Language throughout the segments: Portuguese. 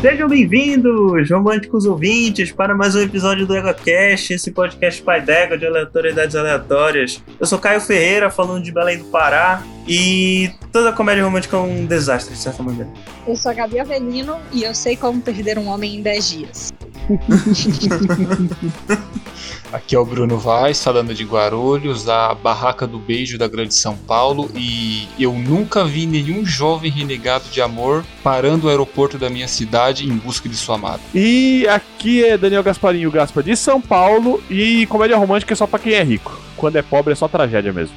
Sejam bem-vindos, românticos ouvintes, para mais um episódio do EgoCast, esse podcast pai d'égua de aleatoriedades aleatórias. Eu sou Caio Ferreira, falando de Belém do Pará, e toda comédia romântica é um desastre, de certa maneira. Eu sou a Gabi Avelino e eu sei como perder um homem em 10 dias. Aqui é o Bruno Vaz, falando de Guarulhos, a barraca do beijo da Grande São Paulo. E eu nunca vi nenhum jovem renegado de amor parando o aeroporto da minha cidade em busca de sua amada. E aqui é Daniel Gasparinho Gaspar de São Paulo e comédia romântica é só pra quem é rico. Quando é pobre é só tragédia mesmo.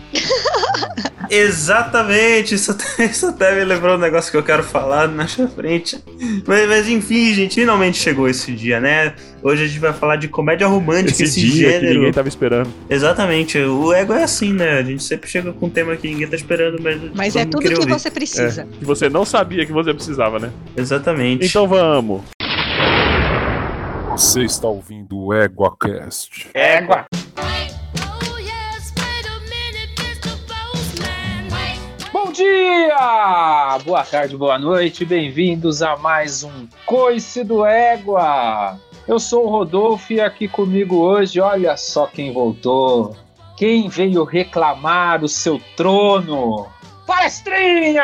Exatamente, isso até, isso até me lembrou um negócio que eu quero falar na sua frente. Mas, mas enfim, gente, finalmente chegou esse dia, né? Hoje a gente vai falar de comédia romântica, Esse, esse, dia que É gênero. ninguém tava esperando. Exatamente, o ego é assim, né? A gente sempre chega com um tema que ninguém tá esperando, mas. Mas todo é mundo tudo queria que ouvir. você precisa. Que você não sabia que você precisava, né? Exatamente. Então vamos. Você está ouvindo o EguaCast. égua. Bom dia! Boa tarde, boa noite, bem-vindos a mais um Coice do Égua! Eu sou o Rodolfo e aqui comigo hoje, olha só quem voltou! Quem veio reclamar o seu trono? Palestrinha!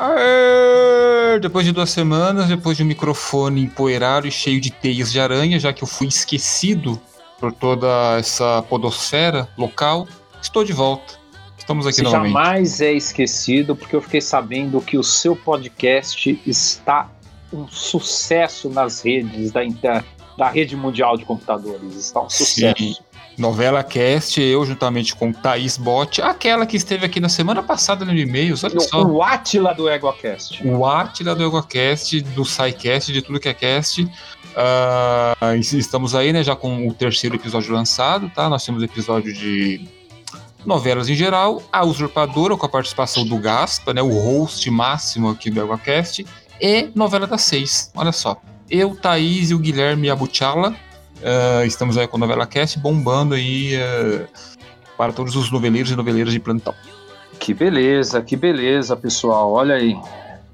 Aê! Depois de duas semanas, depois de um microfone empoeirado e cheio de teias de aranha, já que eu fui esquecido por toda essa podosfera local, estou de volta. Estamos aqui Você novamente. jamais é esquecido, porque eu fiquei sabendo que o seu podcast está um sucesso nas redes da, inter- da rede mundial de computadores. Está um Sim. sucesso. Novela Cast, eu juntamente com Thaís Bot, aquela que esteve aqui na semana passada no e-mails, olha só. O Atila do EgoCast. o Atila do EgoCast, do SciCast, de tudo que é cast. Ah, estamos aí, né, já com o terceiro episódio lançado, tá? Nós temos episódio de novelas em geral, A Usurpadora, com a participação do Gaspa, né, o host máximo aqui do EgoCast, e Novela das Seis, olha só. Eu, Thaís e o Guilherme Abuchala, ah, estamos aí com a Novela Cast, bombando aí ah, para todos os noveleiros e noveleiras de plantão. Que beleza, que beleza, pessoal. Olha aí.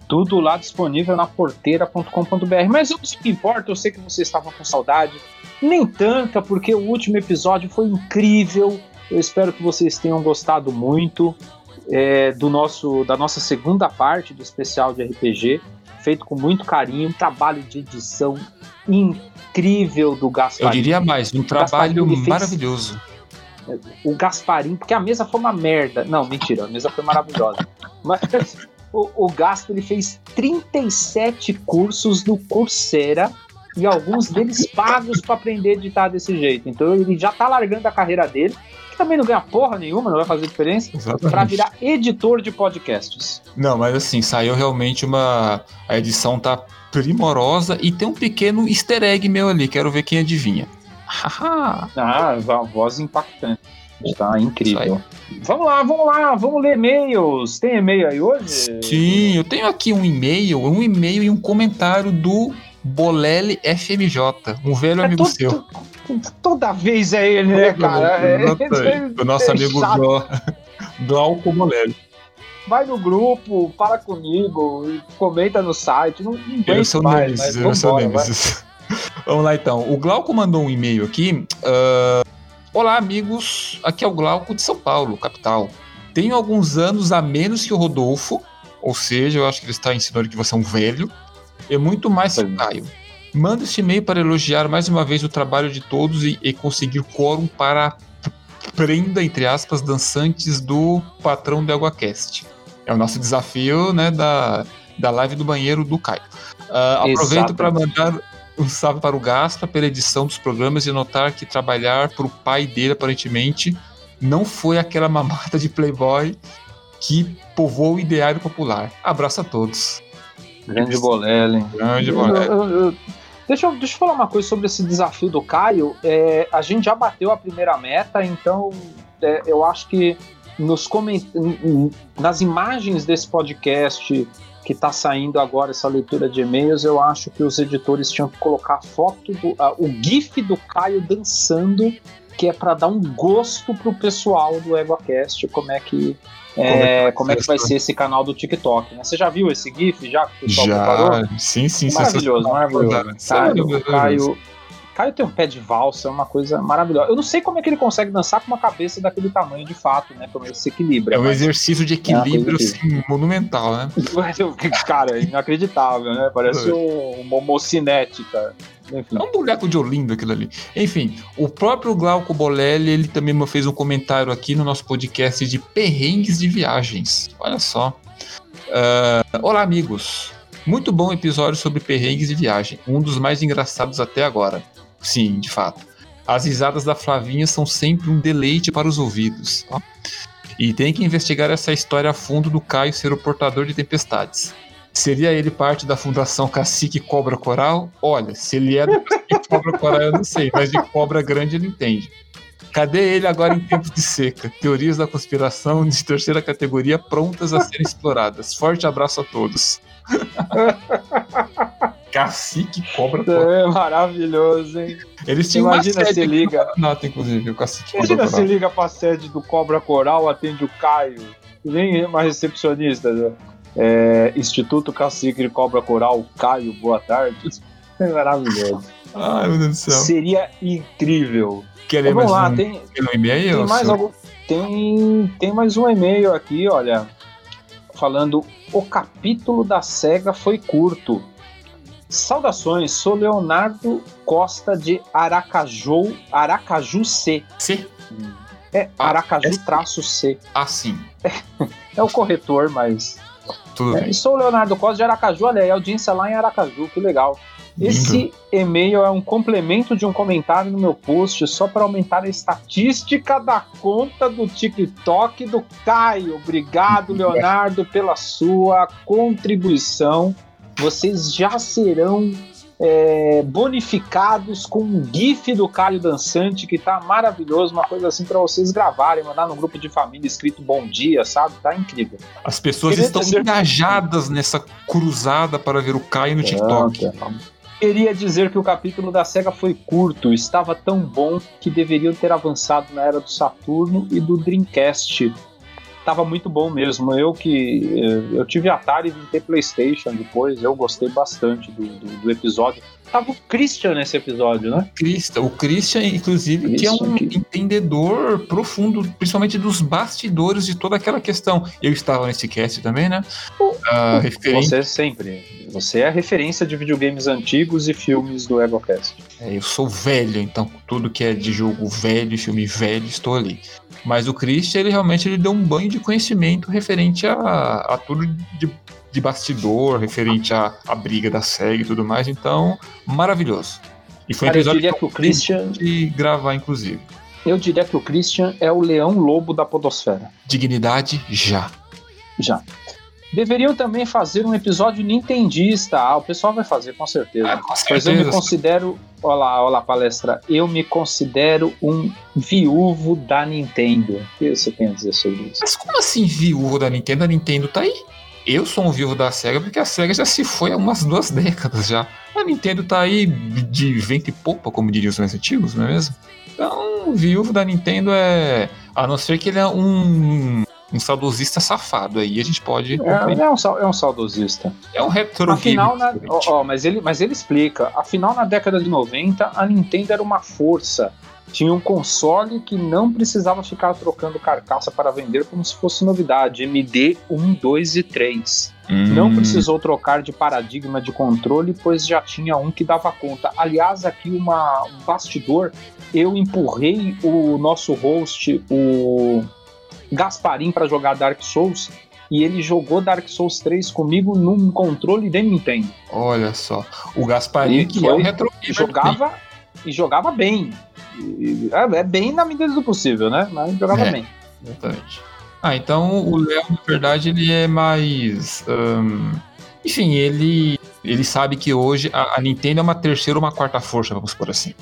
Tudo lá disponível na porteira.com.br. Mas eu não sei o que importa, eu sei que vocês estavam com saudade. Nem tanta, porque o último episódio foi incrível. Eu espero que vocês tenham gostado muito é, do nosso, da nossa segunda parte do especial de RPG, feito com muito carinho, um trabalho de edição incrível do Eu Gaspar. diria mais, um trabalho Gasparini fez- maravilhoso. o Gasparim, porque a mesa foi uma merda. Não, mentira, a mesa foi maravilhosa. Mas o, o Gaspo ele fez 37 cursos do Coursera e alguns deles pagos para aprender a editar desse jeito. Então ele já tá largando a carreira dele, que também não ganha porra nenhuma, não vai fazer diferença, para Exatamente. virar editor de podcasts. Não, mas assim, saiu realmente uma. A edição tá primorosa e tem um pequeno easter egg meu ali, quero ver quem adivinha. Haha! Ah, uma voz impactante. Tá incrível. Vamos lá, vamos lá, vamos ler e-mails. Tem e-mail aí hoje? Sim, eu tenho aqui um e-mail, um e-mail e um comentário do Bolele FMJ, um velho É amigo todo- seu. to- Toda vez é ele, né, cara? É, Exatamente, do nosso é amigo chato. do, do Alco Bolele. Vai no grupo, fala comigo, e comenta no site. Não não Eu aguento sou mais, Nemesis, mas eu sou vambora, vai. Nemesis. Vamos lá então. O Glauco mandou um e-mail aqui. ah, Olá, amigos. Aqui é o Glauco de São Paulo, capital. Tenho alguns anos a menos que o Rodolfo, ou seja, eu acho que ele está ensinando que você é um velho, e muito mais é. que o Caio. Manda este e-mail para elogiar mais uma vez o trabalho de todos e, e conseguir quórum para a prenda, entre aspas, dançantes do patrão do EguaCast. É o nosso desafio, né, da, da live do banheiro do Caio. Ah, aproveito Exato. para mandar um salve para o Gaspa pela edição dos programas e notar que trabalhar para o pai dele, aparentemente, não foi aquela mamata de playboy que povoou o ideário popular. Abraço a todos. Grande Bolelli. Grande Eu- Boré. eu- eu- Deixa eu, deixa eu falar uma coisa sobre esse desafio do Caio. É, a gente já bateu a primeira meta, então é, eu acho que nos comen- n- n- nas imagens desse podcast que está saindo agora, essa leitura de e-mails, eu acho que os editores tinham que colocar a foto, do, a- o GIF do Caio dançando, que é para dar um gosto pro pessoal do EgoCast, como é que é, como é que vai ser esse canal do TikTok, né? Você já viu esse GIF já que o pessoal preparou? Já, sim, sim, Maravilhoso, sensacional. maravilhoso. Caio, Maravilhoso. Caio, Caio tem um pé de valsa, é uma coisa maravilhosa. Eu não sei como é que ele consegue dançar com uma cabeça daquele tamanho de fato, né? Pelo menos se equilibra. É um mas- exercício de equilíbrio coisa assim, monumental, né? Cara, é inacreditável, né? Parece É. um, uma homocinética. Enfim. É um buraco de Olinda aquilo ali. Enfim, o próprio Glauco Bolelli, ele também fez um comentário aqui no nosso podcast de perrengues de viagens. Olha só. Ah, Olá, amigos. Muito bom episódio sobre perrengues de viagem. Um dos mais engraçados até agora. Sim, de fato. As risadas da Flavinha são sempre um deleite para os ouvidos. Ó. E tem que investigar essa história a fundo do Caio ser o portador de tempestades. Seria ele parte da Fundação Cacique Cobra Coral? Olha, se ele é do Cacique Cobra Coral, eu não sei, mas de cobra grande ele entende. Cadê ele agora em tempos de seca? Teorias da conspiração de terceira categoria prontas a serem exploradas. Forte abraço a todos. Cacique Cobra Coral. É maravilhoso, hein? Eles tinham Imagina uma sede se aqui liga. no Nata, inclusive, o Cacique Cobra Imagina se Coral. liga pra sede do Cobra Coral, atende o Caio. Vem uma recepcionista. né? É, Instituto Cacique de Cobra Coral, Caio, boa tarde. É maravilhoso. Ai, meu Deus do céu. Seria incrível. Quer ler Vamos Então. mais lá, um, tem, quer ler um e-mail? Tem mais, senhor? algum, tem, tem mais um e-mail aqui, olha. Falando: O capítulo da SEGA foi curto. Saudações, sou Leonardo Costa de Aracaju, Aracaju C. Sim. É, Ah, Aracaju é traço C. Ah, sim. É o corretor, mas. Tudo É, bem. e sou Leonardo Costa de Aracaju, olha aí, a audiência lá em Aracaju, que legal. Lindo. Esse e-mail é um complemento de um comentário no meu post só para aumentar a estatística da conta do TikTok do Caio. Obrigado, Leonardo, pela sua contribuição. Vocês já serão é, bonificados com um GIF do Caio Dançante que tá maravilhoso, uma coisa assim para vocês gravarem, mandar no grupo de família escrito bom dia, sabe? Tá incrível. As pessoas Queria estão dizer- engajadas nessa cruzada para ver o Caio É, no TikTok. Queria dizer que o capítulo da SEGA foi curto, estava tão bom que deveriam ter avançado na era do Saturno e do Dreamcast. Tava muito bom mesmo. Eu que eh, eu tive Atari e vim ter Playstation depois, eu gostei bastante do, do- do episódio. Tava o Christian nesse episódio, né? Crista, o Christian, inclusive, que é um Christian, que- entendedor profundo, principalmente dos bastidores de toda aquela questão. Eu estava nesse cast também, né? Oh, Ah, referente. Você sempre. Você é a referência de videogames antigos e filmes do EgoCast. É, eu sou velho, então tudo que é de jogo velho, filme velho, estou ali. Mas o Christian, ele realmente ele deu um banho de conhecimento referente a, a tudo de, de bastidor, referente à à briga da SEG e tudo mais. Então, maravilhoso. E foi um Cara, eu episódio diria que o Christian, de gravar, inclusive. eu diria que o Christian é o leão lobo da podosfera. Dignidade já. Já. Deveriam também fazer um episódio nintendista. Ah, o pessoal vai fazer, Ah, com certeza. com Mas eu me considero. Olha lá, olha lá, palestra. Eu me considero um viúvo da Nintendo. O que você tem a dizer sobre isso? Mas como assim viúvo da Nintendo? A Nintendo tá aí. Eu sou um viúvo da SEGA porque a SEGA já se foi há umas duas décadas já. A Nintendo tá aí de vento e popa, como diriam os mais antigos, não é mesmo? Então, viúvo da Nintendo é. A não ser que ele é um. Um saudosista safado aí, a gente pode. É, é um, sau- é um saudosista. É um retro Afinal, na, gamer, ó, ó, mas, ele, mas ele explica. Afinal, na década de 90, a Nintendo era uma força. Tinha um console que não precisava ficar trocando carcaça para vender como se fosse novidade. MD 1, 2 e 3. Não Hum, precisou trocar de paradigma de controle, pois já tinha um que dava conta. Aliás, aqui uma, um bastidor, eu empurrei o nosso host, o Gasparim, para jogar Dark Souls, e ele jogou Dark Souls 3 comigo num controle de Nintendo. Olha só. O Gasparini, Ele que foi- é um retro E gamer, jogava, e jogava bem. E- é, é bem na medida do possível, né? Mas jogava É. bem. Exatamente. Ah, então o Léo, na verdade, ele é mais. ahn, enfim, ele, ele sabe que hoje a, a Nintendo é uma terceira ou uma quarta força, vamos por assim.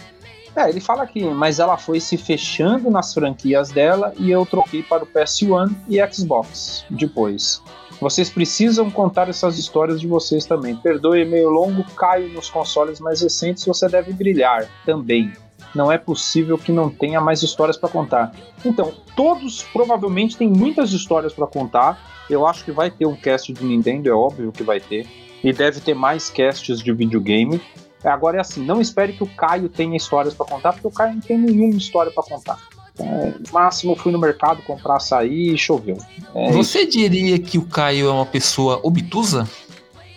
É, ele fala aqui, mas ela foi se fechando nas franquias dela e eu troquei para o PS1 e Xbox depois. Vocês precisam contar essas histórias de vocês também. Perdoe meio longo, caio nos consoles mais recentes, você deve brilhar também. não é possível que não tenha mais histórias para contar. Então, todos provavelmente têm muitas histórias para contar. Eu acho que vai ter um cast de Nintendo, é óbvio que vai ter. E deve ter mais casts de videogame. Agora é assim, não espere que o Caio tenha histórias para contar, porque o Caio não tem nenhuma história para contar. É, no máximo, eu fui no mercado comprar açaí e choveu. É Você diria que o Caio é uma pessoa obtusa?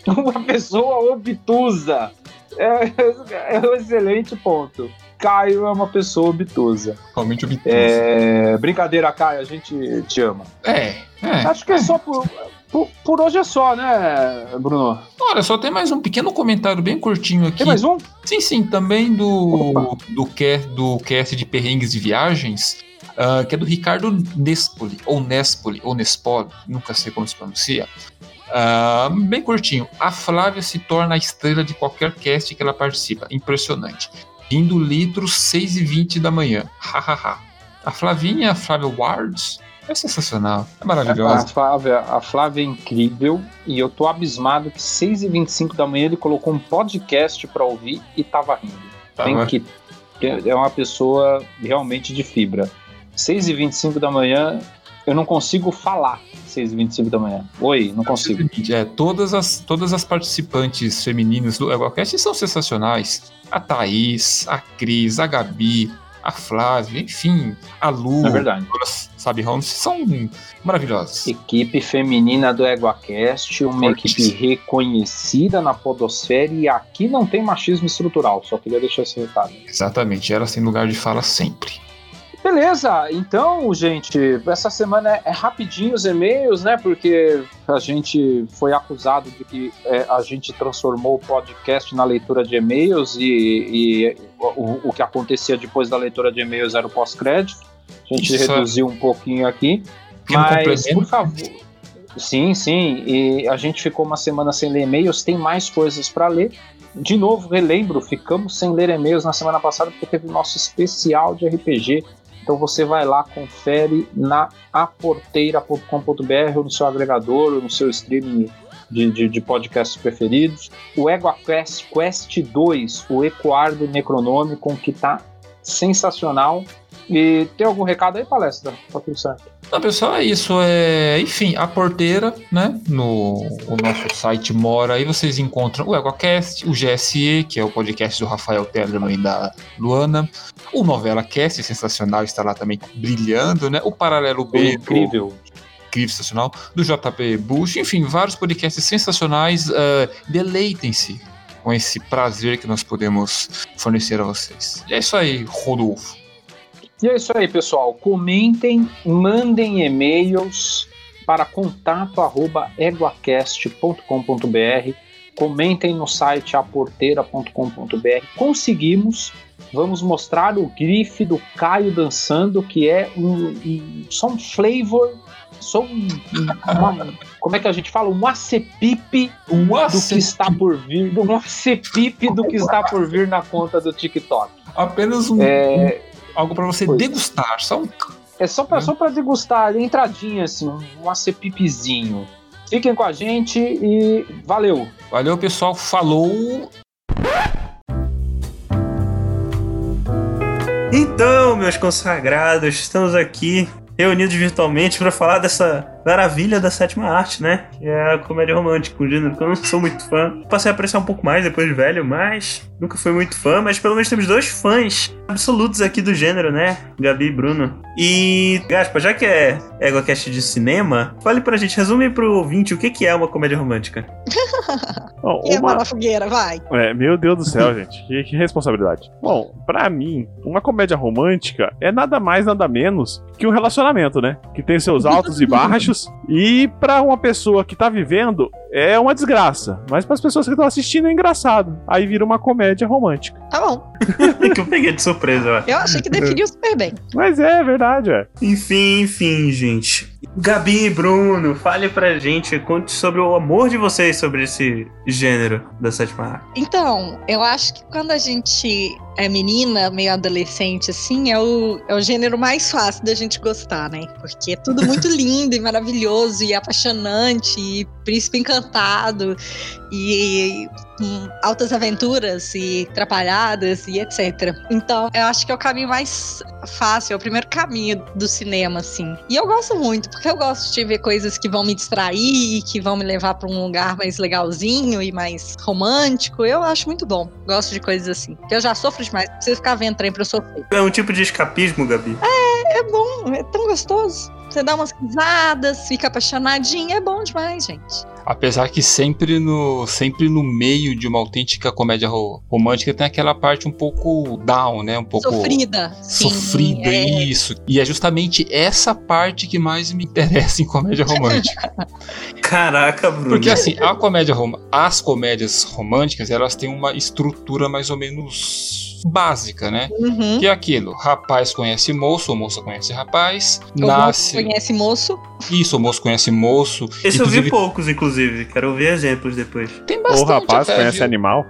uma pessoa obtusa. É, é um excelente ponto. Caio é uma pessoa obtusa. Realmente obtusa. É, brincadeira, Caio, a gente te ama. É, é. Acho que é só por, por, por hoje é só, né, Bruno? Olha, só tem mais um pequeno comentário bem curtinho aqui. Tem mais um? Sim, sim, também do do, ca- do cast de perrengues de viagens, ah, que é do Ricardo Nespoli, ou Nespoli, ou Nespoli, nunca sei como se pronuncia. Ah, bem curtinho. A Flávia se torna a estrela de qualquer cast que ela participa. Impressionante. Vindo litros 6 e 20 da manhã. Hahaha. a Flavinha, a Flávia Wards, é sensacional. É A maravilhosa. Flávia, a Flávia é incrível e eu tô abismado que 6h25 da manhã ele colocou um podcast pra ouvir e tava rindo. Tá, Ah, Tem né? que. É uma pessoa realmente de fibra. 6h25 da manhã, eu não consigo falar 6h25 da manhã. Oi, não consigo. É, todas, as, todas as participantes femininas do Egualcast são sensacionais. A Thaís, a Cris, a Gabi, a Flávia, enfim, a Lu, É verdade. todas, sabe, Holmes, são maravilhosas. Equipe feminina do EguaCast, uma Fortíssimo. equipe reconhecida na podosfera e aqui não tem machismo estrutural, só queria deixar esse recado. Exatamente, elas têm lugar de fala sempre. Beleza, então, gente, essa semana é, é rapidinho os e-mails, né? Porque a gente foi acusado de que é, a gente transformou o podcast na leitura de e-mails e, e o, o que acontecia depois da leitura de e-mails era o pós-crédito. A gente Isso. reduziu um pouquinho aqui. Quem não Mas, complementa- por favor. Sim, sim. E a gente ficou uma semana sem ler e-mails, tem mais coisas para ler. De novo, relembro, ficamos sem ler e-mails na semana passada porque teve nosso especial de RPG. Então você vai lá, confere na aporteira.com.br ou no seu agregador, ou no seu streaming de, de, de podcasts preferidos. O EguaQuest Quest 2, o Ecoar do Necronômico, que tá sensacional. E tem algum recado aí, palestra? Tá tudo certo. Não, pessoal, é isso. É... Enfim, a porteira, né? No o nosso site mora. Aí vocês encontram o EgoCast, o GSE, que é o podcast do Rafael Tellerman e da Luana. O Novela Cast, sensacional, está lá também brilhando, né? O Paralelo B, Foi do- incrível. incrível, sensacional. Do JP Bush, enfim, vários podcasts sensacionais. eh, Deleitem-se com esse prazer que nós podemos fornecer a vocês. E é isso aí, Rodolfo. E é isso aí, pessoal. Comentem, mandem e-mails para contato@eguacast.com.br. Comentem no site aporteira.com.br. Conseguimos. Vamos mostrar o grife do Caio dançando, que é um, um- só um flavor, só um, um- uma- como é que a gente fala, um acepipe Um do que está por vir, um acepipe do que está por vir na conta do TikTok. Apenas um, É, algo pra você Pois. degustar, só um É só pra, Hum. só pra degustar, entradinha, assim, um acepipezinho. Fiquem com a gente e valeu! Valeu, pessoal. Falou. Então, meus consagrados, estamos aqui reunidos virtualmente para falar dessa maravilha da sétima arte, né? Que é a comédia romântica, um gênero que eu não sou muito fã. Passei a apreciar um pouco mais depois de velho, mas nunca fui muito fã. Mas pelo menos temos dois fãs absolutos aqui do gênero, né? Gabi e Bruno. E, Gaspa, já que é EgoCast de cinema, fale pra gente, resume pro ouvinte o que que é uma comédia romântica. Bom, Queima uma- na é fogueira, vai. É, meu Deus do céu, gente. Que, que responsabilidade. Bom, pra mim, uma comédia romântica é nada mais, nada menos que um relacionamento, né? Que tem seus altos e baixos. E pra uma pessoa que tá vivendo, é uma desgraça. Mas pras pessoas que estão assistindo, é engraçado. Aí vira uma comédia romântica. Tá bom. que eu peguei de surpresa, ó. Eu achei que definiu super bem. Mas é, é verdade, é. Enfim, enfim, gente. Gabi e Bruno, fale pra gente, conte sobre o amor de vocês sobre esse gênero da sétima arte. Então, eu acho que quando a gente é menina, meio adolescente, assim, é o, é o gênero mais fácil da gente gostar, né? Porque é tudo muito lindo e maravilhoso e apaixonante e príncipe encantado e, hum, altas aventuras e atrapalhadas e etc. Então, eu acho que é o caminho mais fácil, é o primeiro caminho do cinema, assim. E eu gosto muito, porque eu gosto de ver coisas que vão me distrair e que vão me levar para um lugar mais legalzinho e mais romântico. Eu acho muito bom. Gosto de coisas assim. Porque eu já sofro demais, não preciso ficar vendo trem pra eu sofrer. É um tipo de escapismo, Gabi. É bom, é tão gostoso. Você dá umas risadas, fica apaixonadinha, é bom demais, gente. Apesar que sempre no, sempre no meio de uma autêntica comédia ro- romântica tem aquela parte um pouco down, né? Um pouco Sofrida. sim, sofrida, é. isso. E é justamente essa parte que mais me interessa em comédia romântica. Caraca, Bruno. Porque assim, a comédia rom- as comédias românticas, elas têm uma estrutura mais ou menos básica, né? Uhum. Que é aquilo, rapaz conhece moço, ou moça conhece rapaz, O moço nasce... conhece moço. Isso, o moço conhece moço. Esse eu vi inclusive, poucos, inclusive. Quero ouvir exemplos depois. Tem Ou bastante o rapaz até, conhece viu? animal.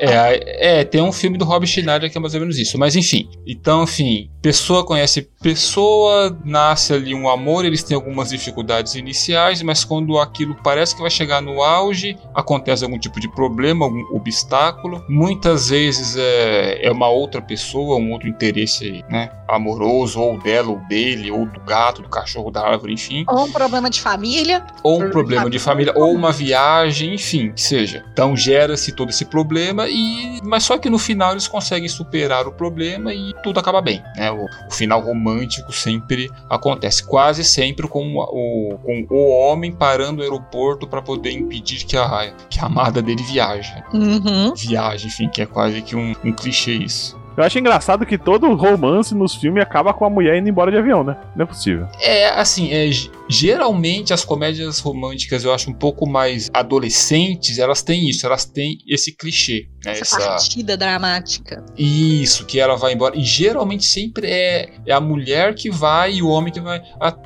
É, é, tem um filme do Rob Schneider que é mais ou menos isso, mas enfim. Então, enfim, pessoa conhece pessoa, nasce ali um amor, eles têm algumas dificuldades iniciais, mas quando aquilo parece que vai chegar no auge, acontece algum tipo de problema, algum obstáculo. Muitas vezes é, é uma outra pessoa, um outro interesse né, amoroso, ou dela, ou dele, ou do gato, do cachorro, da árvore, enfim Ou um problema de família. ou um problema de família, ou uma viagem, enfim, que seja. Então gera-se todo esse problema e mas só que no final eles conseguem superar o problema e tudo acaba bem, né? O, o final romântico sempre acontece, quase sempre com o, com o homem parando no aeroporto para poder impedir que a que a amada dele viaje, Uhum. viaje, enfim, que é quase que um, um clichê isso. Eu acho engraçado que todo romance nos filmes acaba com a mulher indo embora de avião, né? Não é possível. É, assim, é, ge- geralmente as comédias românticas, eu acho um pouco mais adolescentes, elas têm isso, elas têm esse clichê, né? Essa Essa, partida dramática. isso, que ela vai embora. E geralmente sempre é, é a mulher que vai e o homem que vai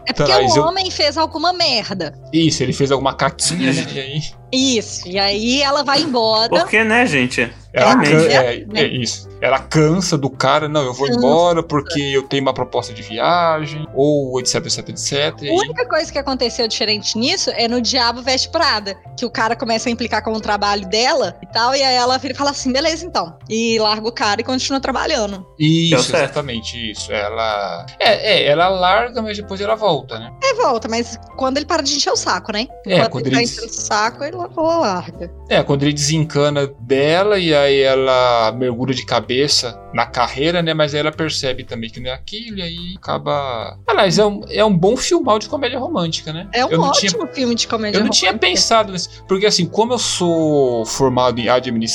É porque atrás. o Eu- homem fez alguma merda. isso, ele fez alguma caquinha, né? E aí. Isso. E aí ela vai embora. Porque, né, gente? Ela Realmente. can- é, é isso. Ela cansa do cara, não, eu vou Cansa. embora porque eu tenho uma proposta de viagem, ou etc, etc, etc. E A aí- única coisa que aconteceu diferente nisso é no Diabo Veste Prada, que o cara começa a implicar com o trabalho dela e tal, e aí ela vira e fala assim, beleza então. E larga o cara e continua trabalhando. Deu Isso, certo. exatamente, isso. Ela. É, é, ela larga, mas depois ela volta, né? É, volta, mas quando ele para de encher o saco, né? É, quando tá ele- enchendo o saco, ele ela larga. É, quando ele desencana dela e aí ela mergulha de cabeça na carreira, né? Mas aí ela percebe também que não é aquilo e aí acaba. Aliás, é um, é um bom filmal de comédia romântica, né? É um Eu não tinha- ótimo filme de comédia Eu não tinha romântica. pensado nisso, porque assim, como eu sou formado em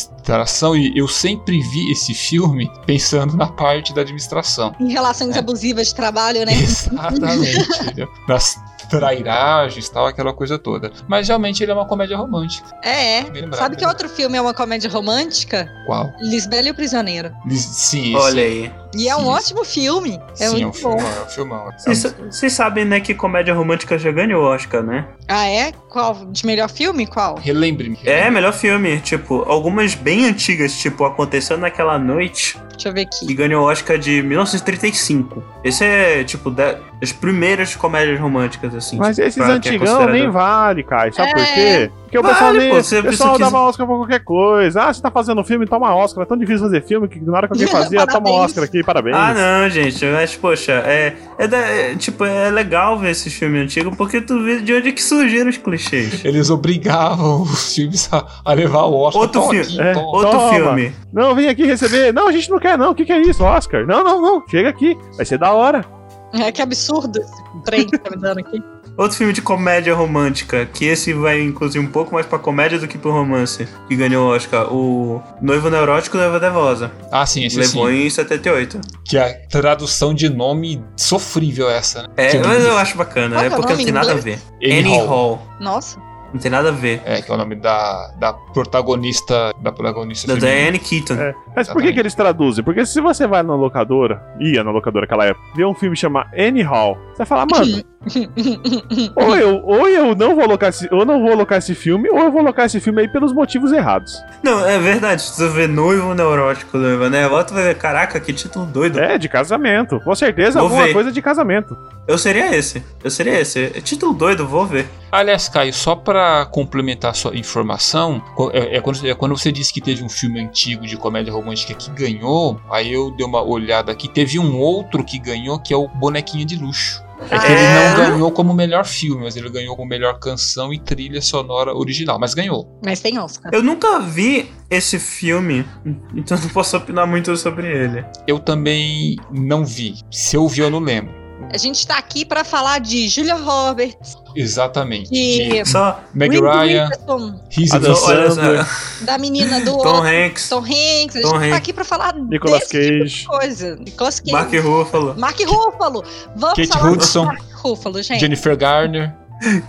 administração e eu sempre vi esse filme pensando na parte da administração. Em relações É. abusivas de trabalho, né? Exatamente. entendeu? Nas trairagens e tal, aquela coisa toda. Mas realmente ele é uma comédia romântica. É, é. Bem lembrado, Sabe que né? outro filme é uma comédia romântica? Qual? Lisbela e o Prisioneiro. Lis- Sim, Olha aí. E é um Sim. ótimo filme. É sim, é um muito bom. filmão, é um filmão. É um- Vocês vocês sabem, né, que comédia romântica já ganhou Oscar, né? Ah, é? Qual? De melhor filme? Qual? Relembre-me. É, melhor filme. Tipo, algumas bem antigas, tipo, Aconteceu Naquela Noite, Deixa eu ver aqui. que ganhou o Oscar de 1935. Esse é, tipo, da- das primeiras comédias românticas, assim. Mas tipo, esses pra quem é antigão considerado- nem vale, cara. Sabe por É. quê? Porque o Vale, pessoal, pô, nem, você o pessoal precisa- dava Oscar pra qualquer coisa. Ah, você tá fazendo filme, toma Oscar. É tão difícil fazer filme que na hora que alguém fazia, toma Parabéns. Oscar aqui, parabéns. Ah, não, gente, mas poxa, é, é, da- é, tipo, é legal ver esses filmes antigos porque tu vê de onde é que surgiram os clichês. Eles obrigavam os filmes a, a levar o Oscar. Outro Toma filme. aqui, É, toma. Outro Toma. filme. Não, vem aqui receber. Não, a gente não quer, não. O que, que é isso? Oscar? Não, não, não. Chega aqui. Vai ser da hora. É que absurdo esse trem que tá me dando aqui. Outro filme de comédia romântica, que esse vai inclusive um pouco mais pra comédia do que pro romance, que ganhou o Oscar, o Noivo Neurótico Noiva Devosa. Ah, sim, esse sim. levou em 78. Que a tradução de nome sofrível essa, né? É, Que mas eu acho bacana, Qual é que é o porque não nome tem em nada a ver. inglês? Annie Hall. Nossa. Não tem nada a ver. É, que é o nome da, da protagonista. Da protagonista Da feminina. Diane Keaton. É. Mas Tá por que, que eles traduzem? Porque se você vai na locadora, ia na locadora naquela época, vê um filme chamar Annie Hall, você vai falar, mano, Ou eu, ou eu não vou alocar esse, ou não vou alocar esse filme, ou eu vou alocar esse filme aí pelos motivos errados. Não, é verdade. Se tu vê noivo neurótico, noiva, né? Volta vai ver, caraca, que título doido. É, de casamento. Com certeza, Vou alguma ver. coisa de casamento. Eu seria esse. Eu seria esse. É título doido, vou ver. Aliás, Caio, só pra complementar a sua informação, co- é, é quando, é quando você disse que teve um filme antigo de comédia romântica que ganhou, aí eu dei uma olhada aqui, teve um outro que ganhou, que é o Bonequinha de Luxo. É que ele É? Ah, não ganhou como melhor filme, mas ele ganhou como melhor canção e trilha sonora original, mas ganhou. Mas tem Oscar. Eu nunca vi esse filme, então não posso opinar muito sobre ele. Eu também não vi. Se eu vi, eu não lembro. A gente tá aqui pra falar de Julia Roberts, Exatamente. de De Só, Meg Reese Ryan, Witherspoon, Reese só olha Witherspoon. só, da menina do Tom Oscar, Hanks, Tom Hanks. A gente Tom tá Hanks. aqui pra falar Nicolas desse tipo de Cage. coisa. Nicolas Cage. Mark Ruffalo. Mark Ruffalo. Vamos Kate falar Hudson. do Mark Ruffalo, gente. Jennifer Garner.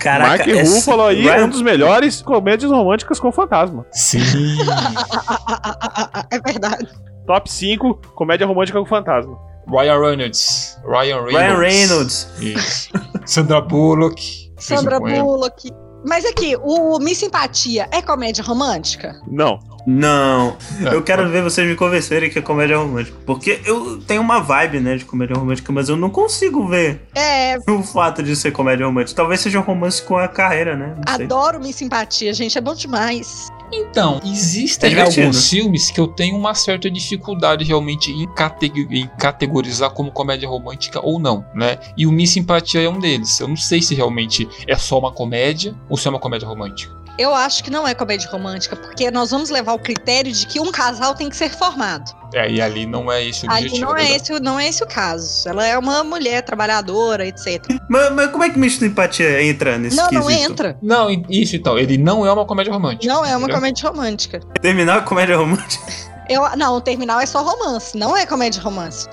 Caraca, Mark Ruffalo aí, Ryan- um dos melhores comédias românticas com fantasma. Sim. Ah, ah, ah, ah, é verdade. Top 5, comédia romântica com fantasma. Ryan Reynolds. Ryan Reynolds. Ryan Reynolds. Isso. Sandra Bullock. fez Sandra um com ela. Bullock. Mas aqui, o Miss Simpatia é comédia romântica? Não. Não, É. eu quero ver vocês me convencerem que é comédia romântica. Porque eu tenho uma vibe, né, de comédia romântica, mas eu não consigo ver É, o fato de ser comédia romântica. Talvez seja um romance com a carreira, né? Não sei. adoro Miss Simpatia, gente, é bom demais. Então, existem É divertido. alguns filmes que eu tenho uma certa dificuldade realmente em, categ- em categorizar como comédia romântica ou não, né? E o Miss Simpatia é um deles. Eu não sei se realmente é só uma comédia ou se é uma comédia romântica. Eu acho que não é comédia romântica, porque nós vamos levar o critério de que um casal tem que ser formado. É, e ali não é esse o Aí objetivo. não na é, verdade. esse, não é esse o caso. Ela é uma mulher trabalhadora, etc. Mas, mas como é que Miss Empatia entra nesse não, não quesito? entra. Não, e- isso então. Ele não é uma comédia romântica. Não é uma entendeu? comédia romântica. Terminar a comédia romântica? Eu, não, o terminal é só romance, não é comédia romance.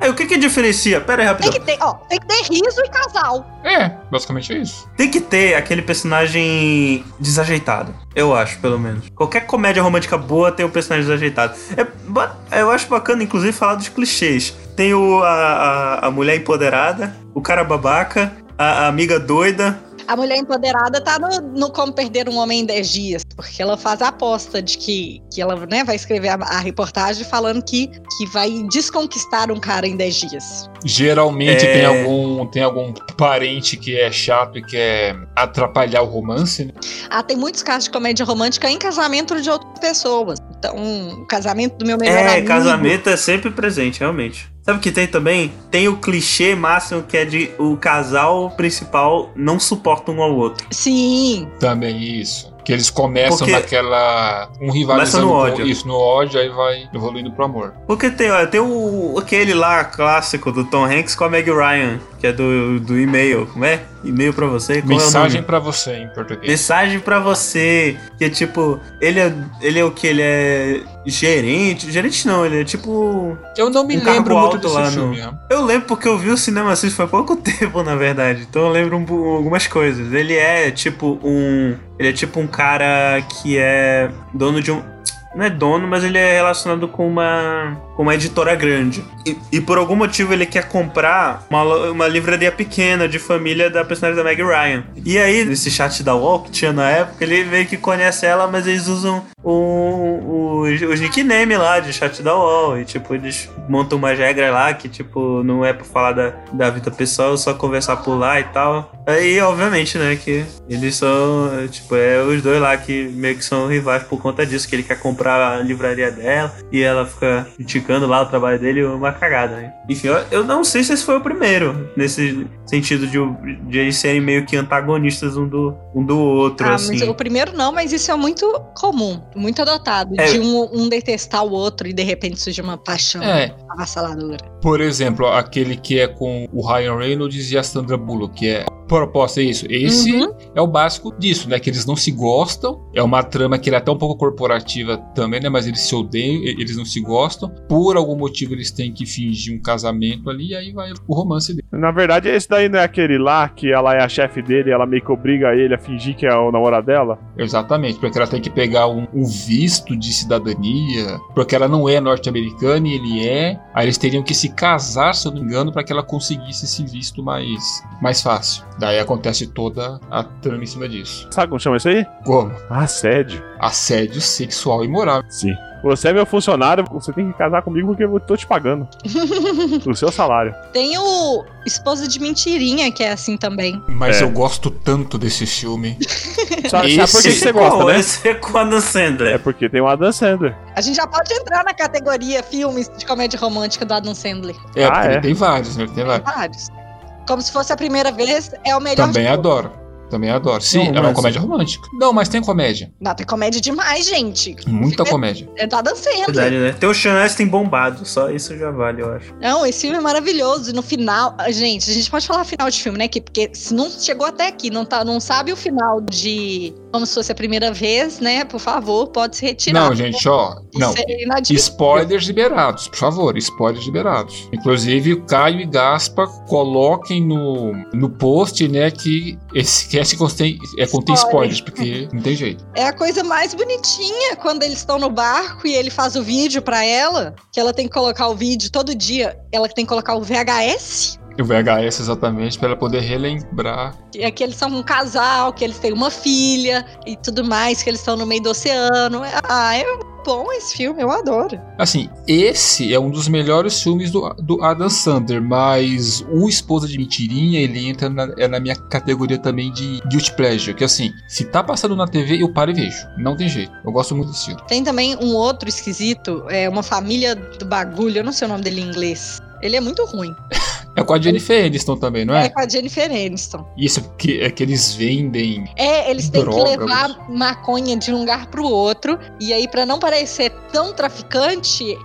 Aí, o que que diferencia? Pera aí, Tem rapidão. que ter, ó, tem que ter riso e casal. É, basicamente é isso. Tem que ter aquele personagem desajeitado. Eu acho, pelo menos. Qualquer comédia romântica boa tem um personagem desajeitado. É ba- eu acho bacana, inclusive, falar dos clichês. Tem o, a, a, a mulher empoderada, o cara babaca, a, a amiga doida. A mulher empoderada tá no, no Como Perder um Homem em 10 Dias, porque ela faz a aposta de que, que ela né, vai escrever a, a reportagem falando que, que vai desconquistar um cara em 10 dias. Geralmente É. tem, algum, tem algum parente que é chato e quer atrapalhar o romance, né? Ah, tem muitos casos de comédia romântica em casamento de outras pessoas. Então, o casamento do meu melhor é, amigo. casamento é sempre presente, realmente. Sabe o que tem também? Tem o clichê máximo que é de o casal principal não suporta um ao outro. Sim. Também isso. Que eles começam Porque- naquela. Um rivalizando no com- ódio. isso, no ódio, aí vai evoluindo pro amor. Porque tem, ó, tem o, aquele lá clássico do Tom Hanks com a Meg Ryan, que é do, do e-mail. Como é? E-mail pra você? Qual é o nome? Mensagem pra você em português. Mensagem pra você, que é tipo, ele é, ele é o que? Ele é gerente? Gerente não, ele é tipo. Eu não me um cargo lembro alto muito desse lá filme. né? Eu lembro porque eu vi o cinema assim foi há pouco tempo, na verdade. Então eu lembro um bu- algumas coisas. Ele é tipo um. Ele é tipo um cara que é dono de um. Não é dono, mas ele é relacionado com uma, com uma editora grande. E, e por algum motivo ele quer comprar uma, lo- uma livraria pequena de família da personagem da Meg Ryan. E aí, esse chat da Wall que tinha na época, ele meio que conhece ela, mas eles usam o, o, os nickname lá de chat da Wall. E tipo, eles montam umas regras lá que, tipo, não é pra falar da, da vida pessoal, é só conversar por lá e tal. Aí, obviamente, né, que eles são, tipo, é os dois lá que meio que são rivais por conta disso, que ele quer comprar a livraria dela e ela fica criticando lá o trabalho dele, uma cagada, né? Enfim, eu, eu não sei se esse foi o primeiro, nesse sentido de, o- de eles serem meio que antagonistas um do, um do outro, Ah, mas assim. o primeiro não, mas isso é muito comum, muito adotado. É. De um, um detestar o outro e de repente surge uma paixão É. avassaladora. Por exemplo, aquele que é com o Ryan Reynolds e a Sandra Bullock, que é proposta, é isso. Esse Uhum. é o básico disso, né? Que eles não se gostam. É uma trama que ela é até um pouco corporativa também, né? Mas eles se odeiam, e- eles não se gostam. Por algum motivo eles têm que fingir um casamento ali, e aí vai o romance dele. Na verdade, esse daí não é aquele lá que ela é a chefe dele e ela meio que obriga ele a fingir que é o namorado dela? Exatamente, porque ela tem que pegar um, um visto de cidadania, porque ela não é norte-americana e ele é. Aí eles teriam que se casar, se eu não me engano, para que ela conseguisse esse visto mais, mais fácil. Daí acontece toda a trama em cima disso. Sabe como chama isso aí? Como? Ah, Assédio. Assédio sexual e moral. Sim. Você é meu funcionário, você tem que casar comigo porque eu tô te pagando. o seu salário. Tem o Esposa de Mentirinha, que é assim também. Mas É. eu gosto tanto desse filme. Sabe, sabe por que que Esse você gosta, Pô, né? Esse é com a Adam É Sandler. porque tem o Adam Sandler. A gente já pode entrar na categoria filmes de comédia romântica do Adam Sandler. É, Ah, porque é? ele tem vários, né? Ele tem Tem vários. vários. Como se fosse a primeira vez, é o melhor. Também adoro. Também adoro. Sim, Não, é uma mas- comédia romântica. Não, mas tem comédia. Não, tem é comédia demais, gente. Muita comédia. É do Adam Sandler. Verdade, né? Tem o Sean Astin bombado, só isso já vale, eu acho. Não, esse filme é maravilhoso. E no final, ah, gente, a gente pode falar final de filme, né? Que, porque se não chegou até aqui, não, tá, não sabe o final de como se fosse a primeira vez, né? Por favor, pode se retirar. Não, gente, ó. Não. Isso é inadmissível. Spoilers liberados, por favor, spoilers liberados. Inclusive, o Caio e Gaspa coloquem no, no post, né, que esquece que contém, é, contém Spoiler. spoilers, porque não tem jeito. É a coisa mais bonitinha quando eles estão no barco e ele faz o vídeo pra ela, que ela tem que colocar o vídeo todo dia, ela tem que colocar o VHS. O VHS, exatamente, para ela poder relembrar. que É que eles são um casal, que eles têm uma filha e tudo mais, que eles estão no meio do oceano. Ah, é bom esse filme, eu adoro. Assim, esse é um dos melhores filmes do, do Adam Sandler, mas o Esposa de Mentirinha, ele entra na, é na minha categoria também de Guilty Pleasure, que assim, se tá passando na TV, eu paro e vejo. Não tem jeito, eu gosto muito desse filme. Tem também um outro esquisito, é uma família do bagulho, eu não sei o nome dele em inglês. Ele é muito ruim. É com a Jennifer Aniston também, não É é? com a Jennifer Aniston. Isso que, é que eles vendem É, eles têm que Drogas. levar maconha de um lugar pro outro. E aí, pra não parecer tão traficante,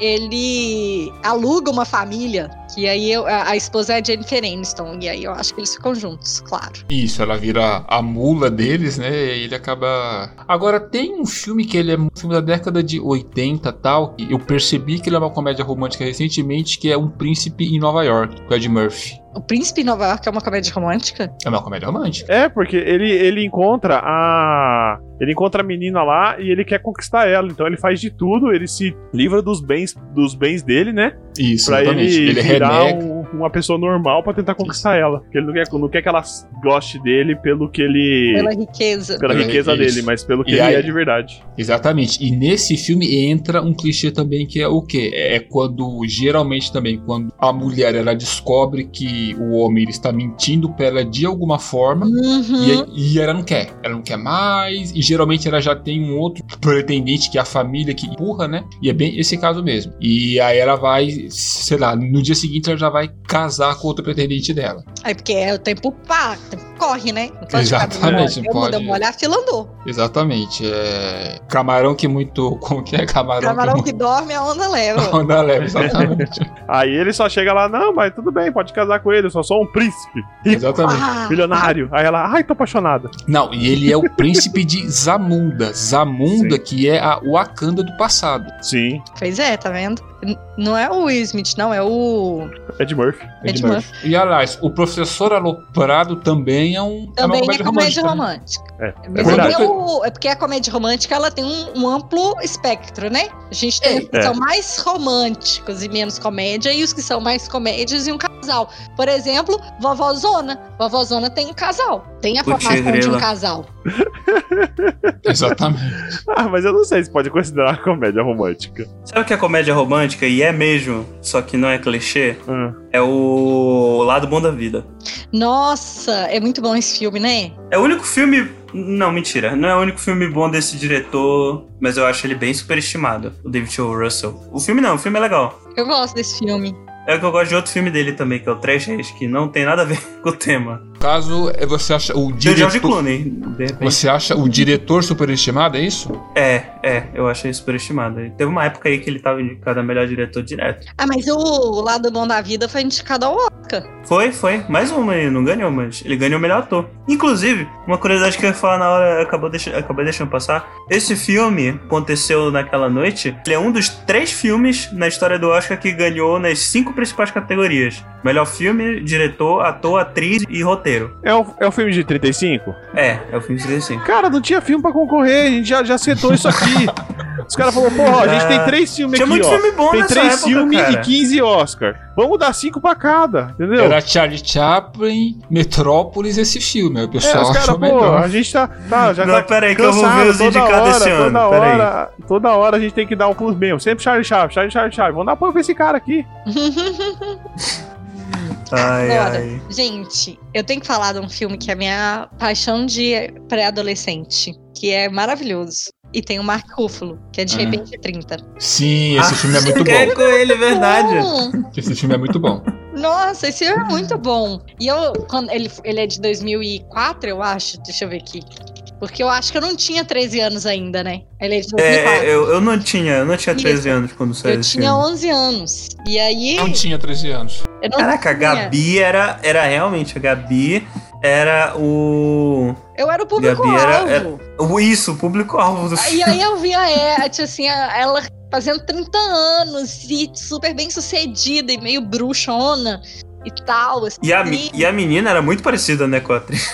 ele aluga uma família. Que aí eu- a, a esposa é a Jennifer Aniston. E aí eu acho que eles ficam juntos, claro. Isso, ela vira a mula deles, né? E aí ele acaba. Agora, tem um filme que ele é um filme da década de 80 e tal. E eu percebi que ele é uma comédia romântica recentemente, que é Um Príncipe em Nova York, com Ed Murphy. O Príncipe em Nova York é uma comédia romântica? É uma comédia romântica. É, porque ele, ele encontra a. Ele encontra a menina lá e ele quer conquistar ela. Então ele faz de tudo, ele se livra dos bens, dos bens dele, né? Isso, Pra exatamente. ele, Ele, virar renega. um- uma pessoa normal pra tentar conquistar ela. Porque ele não quer, não quer que ela goste dele pelo que ele. Pela riqueza. Pela É, riqueza isso. dele, mas pelo que E ele aí- é de verdade. Exatamente. E nesse filme entra um clichê também que é o quê? É quando, geralmente também, quando a mulher ela descobre que o homem ele está mentindo pra ela de alguma forma. Uhum. E, aí- e ela não quer, ela não quer mais, e geralmente ela já tem um outro pretendente que é a família que empurra, né? E é bem esse caso mesmo. E aí ela vai, sei lá, no dia seguinte ela já vai casar com outro pretendente dela. Aí, porque é o tempo pá, o tempo corre, né? Não Exatamente, ficar- Eu não pode. mudo, eu molhar, a fila andou. Exatamente. É. Camarão que muito. Como que é? Camarão, Camarão que que dorme, a onda muito. leva. Onda leva, exatamente. Aí ele só chega lá, não, mas tudo bem, pode casar com ele, eu só sou um príncipe, exatamente. Ah, milionário. Aí ela, ai, tô apaixonada. Não, e ele é o príncipe de Zamunda. Zamunda, que é a Wakanda do passado. Sim, pois é, tá vendo? N- Não é o Will Smith, não, é o. Ed Murphy. Ed E aliás, o professor aloprado também é um. Também é uma é comédia romântica. É, Mas verdade. é, porque o- é porque a comédia romântica ela tem um, um amplo espectro, né? A gente tem os que É. são mais românticos e menos comédia, e os que são mais comédias e um casal. Por exemplo, Vovózona. Vovózona tem um casal. Tem a Putz, formação de um grila. casal. Exatamente. Ah, mas eu não sei se pode considerar comédia romântica. Sabe o que é comédia romântica? E é mesmo, só que não é clichê? Ah. É o Lado Bom da Vida. Nossa, é muito bom esse filme, né? É o único filme. Não, mentira. Não é o único filme bom desse diretor, mas eu acho ele bem superestimado, o David O. Russell. O filme não, o filme é legal. Eu gosto desse filme. É que eu gosto de outro filme dele também, que é o Três Reis, que não tem nada a ver com o tema. Caso é, você acha Tem o o George diretor. Clooney, de repente. Você acha o diretor superestimado, é isso? É, é, eu achei superestimado. E Teve uma época aí que ele tava indicado a melhor diretor direto. Ah, mas o Lado Bom da Vida foi indicado ao Oscar. Oscar. Foi, foi. Mais uma, ele não ganhou, mas ele ganhou o melhor ator. Inclusive, uma curiosidade que eu ia falar na hora, acabou deixa, acabei deixando passar. Esse filme, aconteceu naquela noite, ele é um dos três filmes na história do Oscar que ganhou nas cinco principais categorias. Melhor filme, diretor, ator, atriz e roteiro. É o, é o filme de 35? É, é o filme de 35. Cara, não tinha filme pra concorrer, a gente já, já acertou isso aqui. Os caras falaram, porra, a gente tem três filmes É, Tinha aqui, muito ó. filme bom Tem nessa três época, filmes cara. e 15 Oscar. Vamos dar cinco pra cada, entendeu? Era Charlie Chaplin, Metrópolis esse filme. Aí o É, pessoal os caras, achou pô, melhor. a gente tá. tá já Não, tá pera aí, que eu vou cansado ver os toda indicados hora, esse ano. Toda Pera aí. hora, toda hora a gente tem que dar um plus mesmo. Sempre Charlie Chaplin, Charlie Charlie Chaplin. Vamos dar apoio pra esse cara aqui. Ai, Agora. ai. Gente, eu tenho que falar de um filme que é a minha paixão de pré-adolescente, que é maravilhoso. E tem o Mark Ruffalo, que é de Ah. repente 30. Sim, esse Ah, filme é muito quer bom. com ele, verdade. Hum, Esse filme é muito bom. nossa, esse filme é muito bom. E eu, quando ele, ele é de 2004, eu acho. Deixa eu ver aqui. Porque eu acho que eu não tinha 13 anos ainda, né? Ele é de 2004. É, eu, eu não tinha, eu não tinha 13 Isso. anos quando saiu Eu esse tinha filme. 11 anos. E aí. Não tinha 13 anos. Eu não Caraca, a tinha. Gabi era, era realmente, a Gabi era o. Eu era o Gabi público-alvo. era- o- Isso, o público-alvo do E filme. aí eu vi a Ed, assim, a- ela fazendo 30 anos e super bem sucedida e meio bruxona e tal. Assim. E a, me- e a menina era muito parecida, né, com a atriz.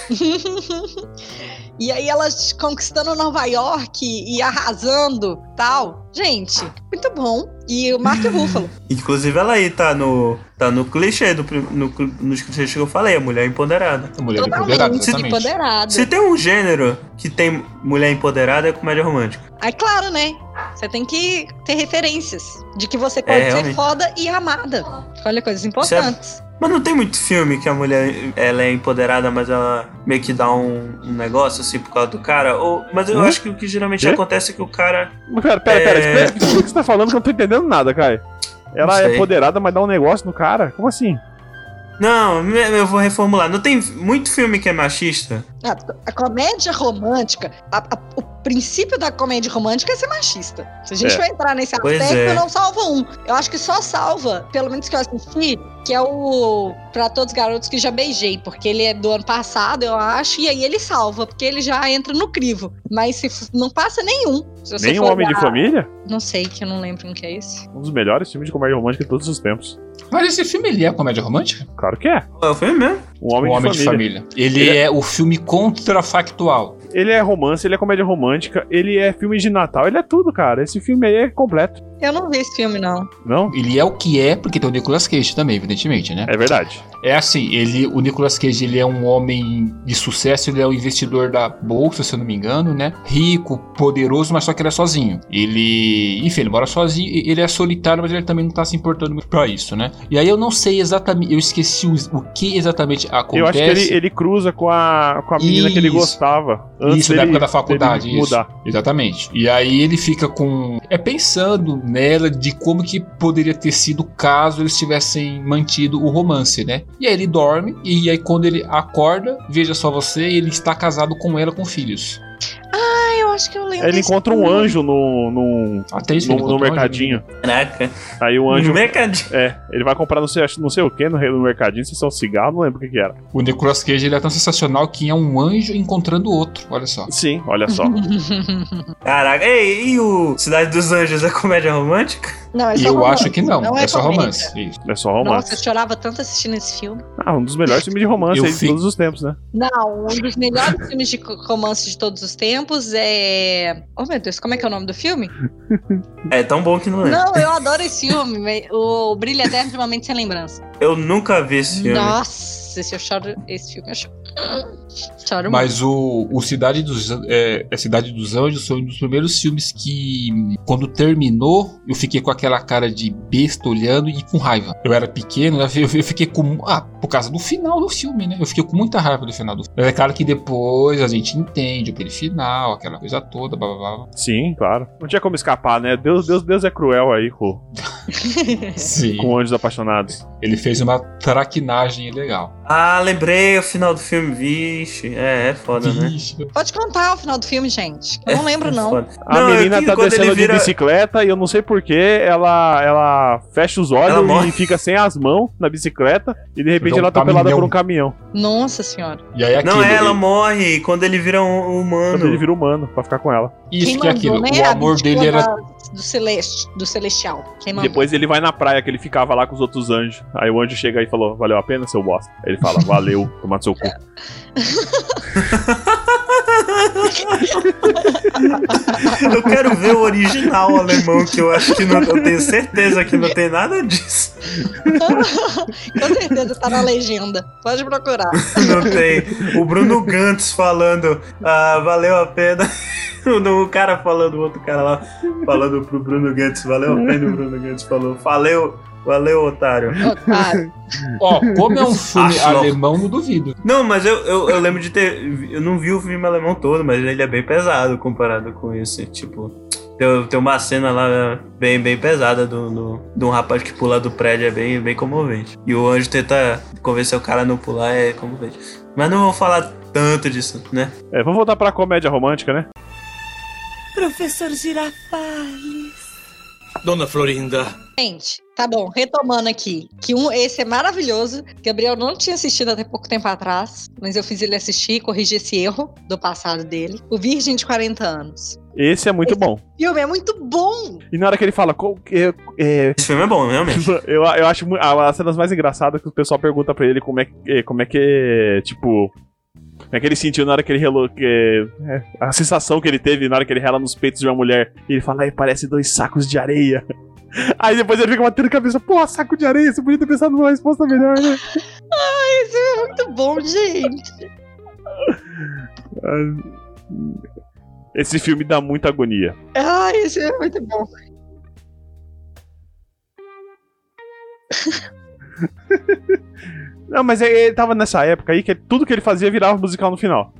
E aí ela conquistando Nova York e arrasando tal. Gente, muito bom. E o Mark Ruffalo. Inclusive, ela aí tá no, tá no clichê, do, prim- no, cl- nos clichês que eu falei, a mulher empoderada. A mulher empoderada, Totalmente exatamente. empoderado. Se tem um gênero que tem mulher empoderada, é comédia romântica. Aí, claro, né? Você tem que ter referências de que você pode ser realmente. foda e amada. Olha, coisas importantes. Mas não tem muito filme que a mulher ela é empoderada, mas ela meio que dá um, um negócio assim por causa do cara. Ou, mas eu Hum? acho que o que geralmente Quê? acontece é que o cara. Mas Pera, pera, pera. É. explica O que que você tá falando que eu não tô entendendo nada, cara? Ela Não é sei. empoderada, mas dá um negócio no cara? Como assim? Não, me- eu vou reformular. Não tem muito filme que é machista. Ah, A, comédia romântica, a- a- o princípio da comédia romântica é ser machista. Se a gente É. for entrar nesse Pois aspecto, é. eu não salvo um. Eu acho que só salva, pelo menos que eu assisti, que é o Pra Todos os Garotos que já beijei, porque ele é do ano passado, eu acho, e aí ele salva, porque ele já entra no crivo. Mas se f- não passa nenhum. Se você Nem um for homem de olhar- família? Não sei, que eu não lembro um que é esse. Um dos melhores filmes de comédia romântica de todos os tempos. Mas esse filme ele é comédia romântica? Claro que é. É o filme mesmo? Um homem, o Homem de família. de Família. Ele, Ele é... o filme contrafactual. Ele é romance, ele é comédia romântica, ele é filme de Natal, ele é tudo, cara. Esse filme aí é completo. Eu não vi esse filme, não. Não? Ele é o que é, porque tem o Nicolas Cage também, evidentemente, né? É verdade. É assim, ele, o Nicolas Cage ele é um homem de sucesso, ele é um investidor da bolsa, se eu não me engano, né? Rico, poderoso, mas só que ele é sozinho. Ele, enfim, ele mora sozinho, e ele é solitário, mas ele também não tá se importando muito pra isso, né? E aí eu não sei exatamente, eu esqueci o, o que exatamente acontece. Eu acho que ele, ele cruza com a, com a menina que ele Isso. gostava. Isso, da dele- época da faculdade, dele isso. mudar. Exatamente. E aí ele fica com. É pensando nela de como que poderia ter sido caso eles tivessem mantido o romance, né? E aí ele dorme, e aí quando ele acorda, veja só você, ele está casado com ela com filhos. Ah, eu acho que eu lembro. Ele desse encontra um filme. anjo no, no, Até isso no, ele um no encontrou, mercadinho. Caraca. Aí o anjo. Um mercadinho. É, ele vai comprar não sei, acho- não sei o que no, no mercadinho, se são cigarro, não lembro o que, que era. né? O Nicolas Cage ele é tão sensacional que é um anjo encontrando outro. Olha só. Sim, olha só. Caraca. Ei, e o Cidade dos Anjos é comédia romântica? não, é E só eu romance. acho que não, Não é, é só comédia. romance. Isso. É só Nossa, romance. eu chorava tanto assistindo esse filme. Ah, um dos melhores filmes de romance Eu aí de fico- todos os tempos, né? Não, um dos melhores filmes de co- romance de todos os tempos é. Oh meu Deus, como é que é o nome do filme? É tão bom que não é. Não, eu adoro esse filme. me- O Brilho Eterno de uma Mente Sem Lembrança. Eu nunca vi esse filme. Nossa, esse eu choro. Esse filme eu choro. Choro muito. Mas o, o Cidade, dos, An- é, é Cidade dos Anjos foi um dos primeiros filmes que, quando terminou, eu fiquei com aquela cara de besta olhando e com raiva. Eu era pequeno, né, eu fi- eu fiquei com. Ah, por causa do final do filme, né? Eu fiquei com muita raiva do final do filme. Mas é claro que depois a gente entende aquele final, aquela coisa toda, blá blá blá. Sim, claro. Não tinha como escapar, né? Deus, Deus, Deus é cruel aí com, Sim. com Anjos Apaixonados. Ele fez uma traquinagem ilegal. Ah, lembrei o final do filme, vixe. É, é foda, né? Vixe, Pode contar o final do filme, gente. Eu não lembro, não. Foda. A Não, é menina que tá quando ele descendo vira- de bicicleta e eu não sei porquê, ela, ela fecha os olhos Ela e morre. fica sem as mãos na bicicleta e de repente Dá um ela tá pelada caminhão. por um caminhão. Nossa senhora. E aí é aquilo. Não, ela ele- morre quando ele vira um humano. Quando Então, ele vira humano pra ficar com ela. Isso Quem que é aquilo. mandou, né? O A amor vítima dele era da- Do, celeste, do Celestial. Quem E mandou? depois ele vai na praia que ele ficava lá com os outros anjos. Aí o anjo chega e falou: Valeu a pena, seu bosta? Aí Ele fala: Valeu, tomar no seu cu. Eu quero ver o original alemão, que eu acho que não. Eu tenho certeza que não tem nada disso. Com certeza tá na legenda. Pode procurar. Não tem. O Bruno Gantz falando, ah, valeu a pena. O cara falando, o outro cara lá, falando pro Bruno Gantz, valeu a pena. O Bruno Gantz falou, valeu, valeu, otário. Otário. Ó, como é um filme Acho não. alemão, não duvido. Não, mas eu, eu, eu lembro de ter. Eu não vi o filme alemão todo, mas ele é bem pesado comparado com esse. Tipo, tem, tem uma cena lá bem, bem pesada do, do, de um rapaz que pula do prédio, é bem, bem comovente. E o anjo tenta convencer o cara a não pular, é comovente. Mas não vou falar tanto disso, né? É, vamos voltar pra comédia romântica, né? Professor Girafales. Dona Florinda. Gente, tá bom. Retomando aqui. Que um, esse é maravilhoso. Gabriel não tinha assistido até pouco tempo atrás. Mas eu fiz ele assistir, corrigi esse erro do passado dele. O Virgem de 40 anos. Esse é muito bom. Filme é muito bom. E na hora que ele fala, qual que é- é, Esse filme é bom, realmente. Eu, eu acho mu- a- as cenas mais engraçadas é que o pessoal pergunta pra ele como é, que- como é que, tipo. Como é que ele sentiu na hora que ele relou. que- é, a sensação que ele teve na hora que ele rela nos peitos de uma mulher. E ele fala, ai, parece dois sacos de areia. Aí depois ele fica batendo cabeça, pô, saco de areia, você podia ter pensado numa resposta melhor, né? Esse é muito bom, gente. Ah, Esse filme dá muita agonia. Ai, esse é muito bom. Não, mas é, ele- ele tava nessa época aí que tudo que ele fazia virava musical no final.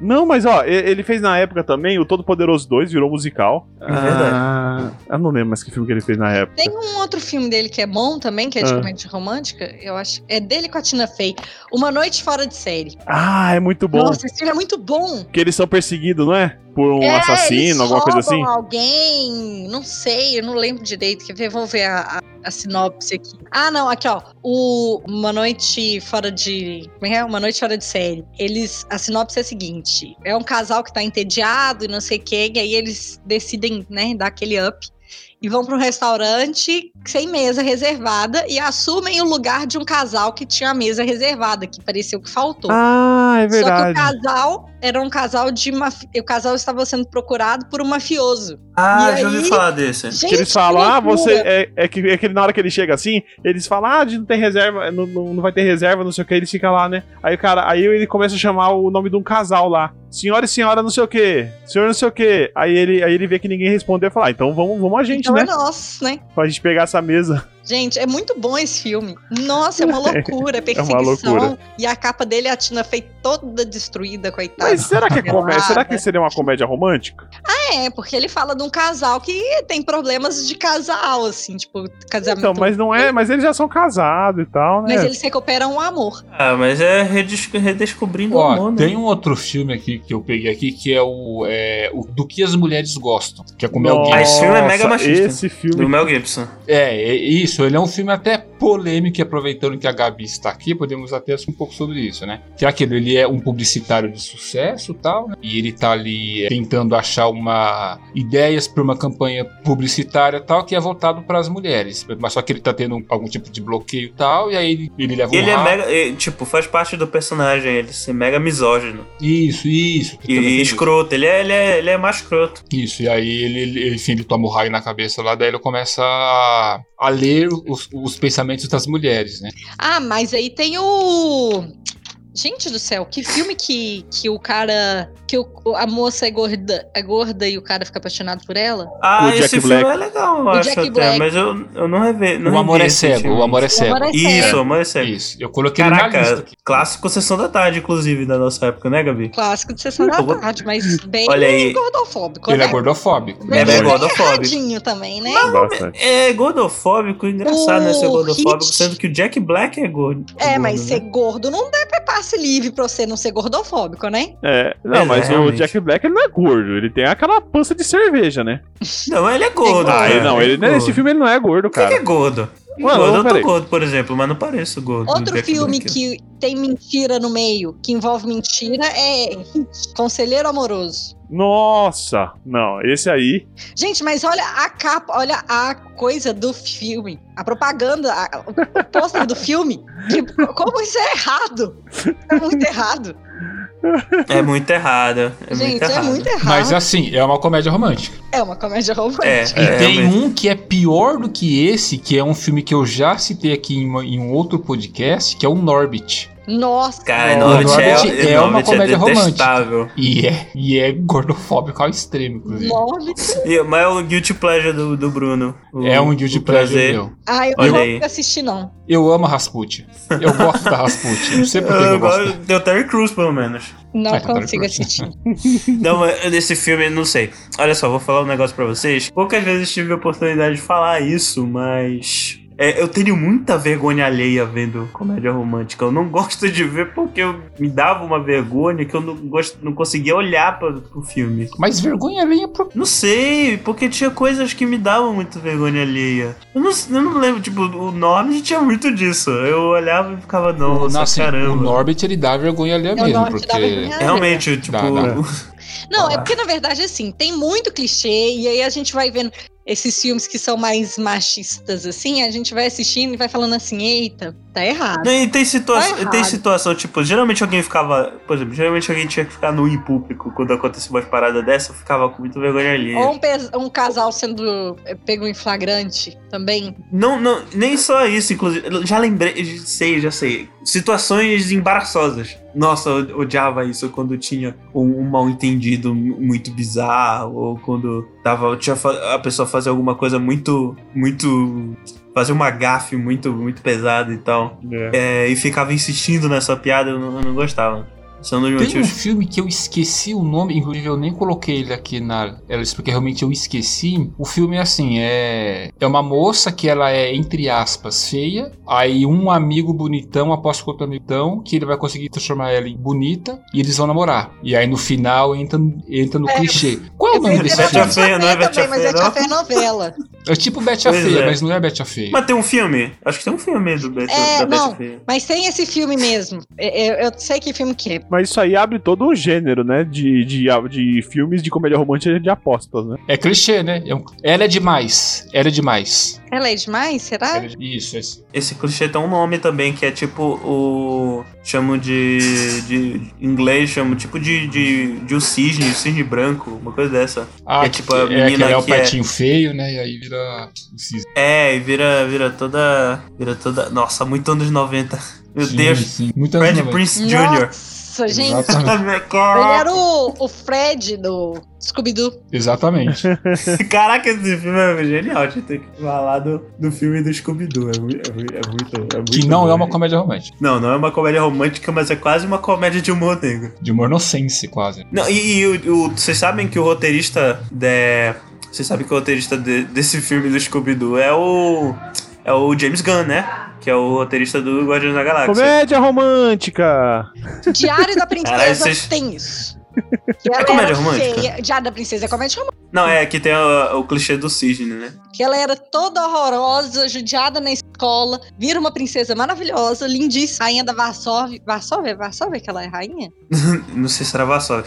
Não, mas ó, e- ele fez na época também o Todo Poderoso 2, virou musical. verdade. Ah, eu não lembro mais que filme que ele fez na época. Tem um outro filme dele que é bom também, que é de Ah. comédia romântica, eu acho. É dele com a Tina Fey. Uma Noite Fora de Série. Ah, é muito bom. Nossa, esse filme é muito bom. Que eles são perseguidos, não é? Por um É, eles assassino, alguma coisa assim. roubam alguém, não sei, eu não lembro direito. Quer ver? Vamos ver a, a- a sinopse aqui. Ah, não, aqui ó. O Uma Noite Fora de. Como é? Uma Noite Fora de Série. Eles. A sinopse é a seguinte: é um casal que tá entediado e não sei o quê, e aí eles decidem, né, dar aquele up. E vão para um restaurante sem mesa reservada e assumem o lugar de um casal que tinha a mesa reservada, que pareceu que faltou. Ah, é verdade. Só que o casal era um casal de mafi... o casal estava sendo procurado por um mafioso. Ah, E já ouvi aí- falar desse. Gente, Que eles falam, que ah, loucura. você. É, é que, é que na hora que ele chega assim, eles falam, ah, a gente não tem reserva, não, não, não vai ter reserva, não sei o que, eles ficam lá, né? Aí o cara, aí ele começa a chamar o nome de um casal lá. Senhora e senhora, não sei o que, senhor não sei o que. Aí ele, aí ele vê que ninguém respondeu e fala, ah, então vamos, vamos a gente, Então é né? nós, né? Pra gente pegar essa mesa. Gente, é muito bom esse filme. Nossa, é uma loucura, é perseguição. loucura. E a capa dele é a Tina Fey toda destruída, coitada. Mas será que é comédia? Pelada. Será que seria uma comédia romântica? É, porque ele fala de um casal que tem problemas de casal, assim, tipo, casamento. Então, mas não é, mas eles já são casados e tal, né? Mas eles recuperam o amor. Ah, mas é redesc- redescobrindo o Ó, amor, tem né? um outro filme aqui que eu peguei aqui que é o, é, o Do que as mulheres gostam, que é com o Mel Nossa, Ah, Gibson. esse filme é mega machista. Esse filme Do Mel Gibson. É, é isso, ele é um filme até polêmico, e aproveitando que a Gabi está aqui, podemos até falar um pouco sobre isso, né? Que é aquilo, ele é um publicitário de sucesso e tal, né? E ele tá ali é, tentando achar uma ideias para uma campanha publicitária e tal que é voltado para as mulheres, mas só que ele tá tendo algum tipo de bloqueio e tal, e aí ele, ele leva E ele um é ra- mega. eh, Tipo, faz parte do personagem, ele ser mega misógino. Isso, isso. E, Também e tem escroto. Ele é, ele, é, ele é mais escroto. Isso, e aí ele, ele- enfim, ele toma o raio na cabeça lá, daí ele começa a, a ler os, os pensamentos das mulheres, né? Ah, mas aí tem o. Gente do céu, que filme que, que o cara. que o- a moça é gorda, é gorda e o cara fica apaixonado por ela? Ah, O Jack esse Black. filme é legal, eu O acho Jack até. Black. Mas eu, eu não revi. Não o amor revi é esse cego, filme. o amor é cego. Agora é sério. Isso, o amor é cego. Isso, eu coloquei ele na Caraca. lista aqui. Clássico Sessão da Tarde, inclusive, da nossa época, né, Gabi? Clássico de sessão da Eu vou- tarde, mas bem Olha aí. gordofóbico. Ele é né? gordofóbico. Bem Ele é gordofóbico. erradinho também, né? Bastante. É gordofóbico, engraçado, né, ser O gordofóbico, Hit- sendo que o Jack Black é gordo. É, mas ser gordo, né? gordo não dá pra passe livre pra você não ser gordofóbico, né? É, não, É, mas o realmente. Jack Black ele não é gordo, ele tem aquela pança de cerveja, né? Não, ele é gordo. Ah, Ah, cara, ele, não, ele, é nesse gordo. filme ele não é gordo, O que, que é cara. gordo? Mano, gordo, eu tô peraí. gordo, por exemplo, mas não pareço gordo. do Outro Jack filme Black. que tem mentira no meio, que envolve mentira, é Conselheiro Amoroso. Nossa, não, esse aí. Gente, mas olha a capa, olha a coisa do filme. A propaganda, a- o pôster do filme. Que- como isso é errado? É muito errado. É muito errado. É Gente, muito é errado. muito errado. Mas assim, é uma comédia romântica. É uma comédia romântica. É, E é, tem realmente. um que é pior do que esse, que é um filme que eu já citei aqui em, uma- em um outro podcast, que é o Norbit. Nossa, Cara, O Norbit Norbit é, é uma Norbit comédia romântica. detestável. E é, e é gordofóbico ao extremo, inclusive. nove. E- Mas é o Guilty Pleasure do, do Bruno. O- É um guilty o pleasure meu. Ah, eu Olha não aí. vou assistir, não. Eu Eu amo a Rasputin. Eu gosto da Rasputin. Não sei por que que Eu eu gosto. gosto do Terry Crews, pelo menos. Não Ah, tá consigo tranquilo. assistir. Não, mas desse filme, não sei. Olha só, vou falar um negócio pra vocês. Poucas vezes tive a oportunidade de falar isso, mas. é, eu tenho muita vergonha alheia vendo comédia romântica. Eu não gosto de ver porque eu- me dava uma vergonha que eu não, gosto, não conseguia olhar pra, pro filme. Mas vergonha alheia pro... Não sei, porque tinha coisas que me davam muito vergonha alheia. Eu não, eu não lembro, tipo, o Norbit tinha muito disso. Eu olhava e ficava, nossa, Não, assim, caramba. o Norbit ele dá vergonha alheia Eu mesmo, não te dava porque... vergonha. Realmente, tipo, Dá, dá. Não, é porque na verdade assim, tem muito clichê e aí a gente vai vendo esses filmes que são mais machistas assim, a gente vai assistindo e vai falando assim, eita, tá errado. Não, E tem, situa Tá errado. tem situação, tipo, geralmente alguém ficava. Por exemplo, geralmente alguém tinha que ficar nu em público quando acontecia umas paradas dessa, eu ficava com muita vergonha ali. Ou um, pes- um casal sendo eh, pego em flagrante também. Não, não, nem só isso, inclusive. Eu Já lembrei, já sei, já sei. Situações embaraçosas. Nossa, eu odiava isso quando tinha um, um mal entendido muito bizarro, ou quando tava, tinha fa- a pessoa fazer alguma coisa muito. muito. fazer uma gafe muito, muito pesada e tal. É, e ficava insistindo nessa piada, eu não, eu não gostava. Isso é um dos Tem um motivos. filme que eu esqueci o nome, inclusive eu nem coloquei ele aqui na ela porque realmente eu esqueci. O filme é assim, é é uma moça que ela é entre aspas feia, aí um amigo bonitão aposta com outro amigão que ele vai conseguir transformar ela em bonita e eles vão namorar. E aí no final entra entra no É. clichê. Qual é o Mas nome desse Betty a filme? Feia, não é Betty a também, mas Feia, Betty a não? Feia é novela. É tipo Betty a Pois Feia, é. mas não é Betty a Feia. Mas tem um filme? Acho que tem um filme do Beto, É, da Betty não. Feia. Mas tem esse filme mesmo. É, é, Eu, sei que filme que é. Mas isso aí abre todo um gênero, né? De, de, de filmes de comédia romântica de apostas, né? É clichê, né? É um- Ela é demais. Ela é demais. Ela é demais, será? Ela é- Isso, é isso. Esse clichê tem um nome também, que é tipo o. Chamo de. de em inglês, chamo tipo de, de, de um cisne, um cisne branco, uma coisa dessa. Ah, É tipo a que- menina é, que ela é o que é- patinho feio, né? E aí vira o cisne. É, e vira, vira toda. Vira toda. Nossa, muito anos 90. Meu Sim, Deus. sim. Muito anos Fred 90. Prince Jr. Nossa, é gente. Exatamente. Meu Ele cara. era o, o Fred do Scooby-Doo. Exatamente. um- Caraca, esse filme é genial. Tinha que falar do, do filme do Scooby-Doo. É, mui- é mui- é muito, é muito. Que não bom, é uma né? comédia romântica. Não, não é uma comédia romântica, mas é quase uma comédia de humor negro. De humor nonsense, quase. Não, e, e o, o- vocês sabem que o roteirista. De, vocês sabem que o roteirista de- desse filme do Scooby-Doo é o. É o James Gunn, né? Que é o roteirista do Guardiões da Galáxia. Comédia romântica! Diário da Princesa Caralho, vocês- É tem isso. Que ela comédia era romântica? feia. Diário da Princesa é comédia romântica. Não, é que tem o, o clichê do cisne, né? Que ela era toda horrorosa, judiada na escola, vira uma princesa maravilhosa, lindíssima, rainha da Varsóvia. Varsóvia? Varsóvia que ela é rainha? Não sei se era Vassóvia.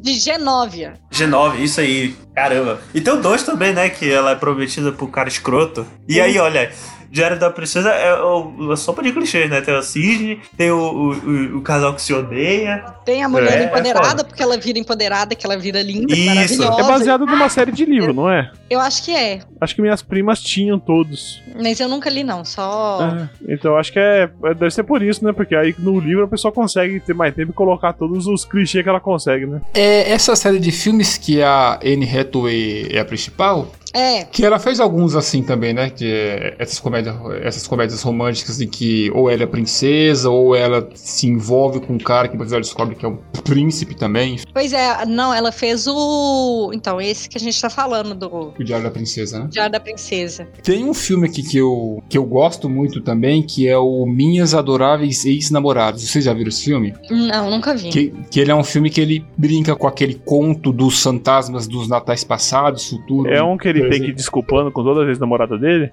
De Genóvia. G9, isso aí, caramba. E tem o 2 também, né? Que ela é prometida pro cara escroto. E aí, olha, Diário da Princesa é o- uma sopa de clichês, né? Tem o cisne, tem o, o- o- o casal que se odeia. Tem a mulher É, empoderada, foda. porque ela vira empoderada, que ela vira linda, Isso. maravilhosa. É baseado numa série de livro, não é? Eu acho que é, Acho que minhas primas tinham todos. mas eu nunca li não, só... É, Então acho que é. é, Deve ser por isso, né? Porque aí no livro a pessoa consegue ter mais tempo e colocar todos os clichês que ela consegue, né? É essa série de filmes que a Anne Hathaway é a principal? É, Que ela fez alguns assim também, né? Que é, essas, comédia, essas comédias românticas de que ou ela é princesa, ou ela se envolve com um cara que depois ela descobre que é um príncipe também. enfim, pois é, não, ela fez o. Então, esse que a gente tá falando do O Diário da Princesa, né? Diário da Princesa. Tem um filme aqui que eu, que eu gosto muito também, que é o Minhas Adoráveis Ex-Namorados. Vocês já viram esse filme? Não, nunca vi. Que, que ele é um filme que ele brinca com aquele conto dos fantasmas dos natais passados, futuro. É um que ele tem que ir desculpando com todas as ex-namoradas dele?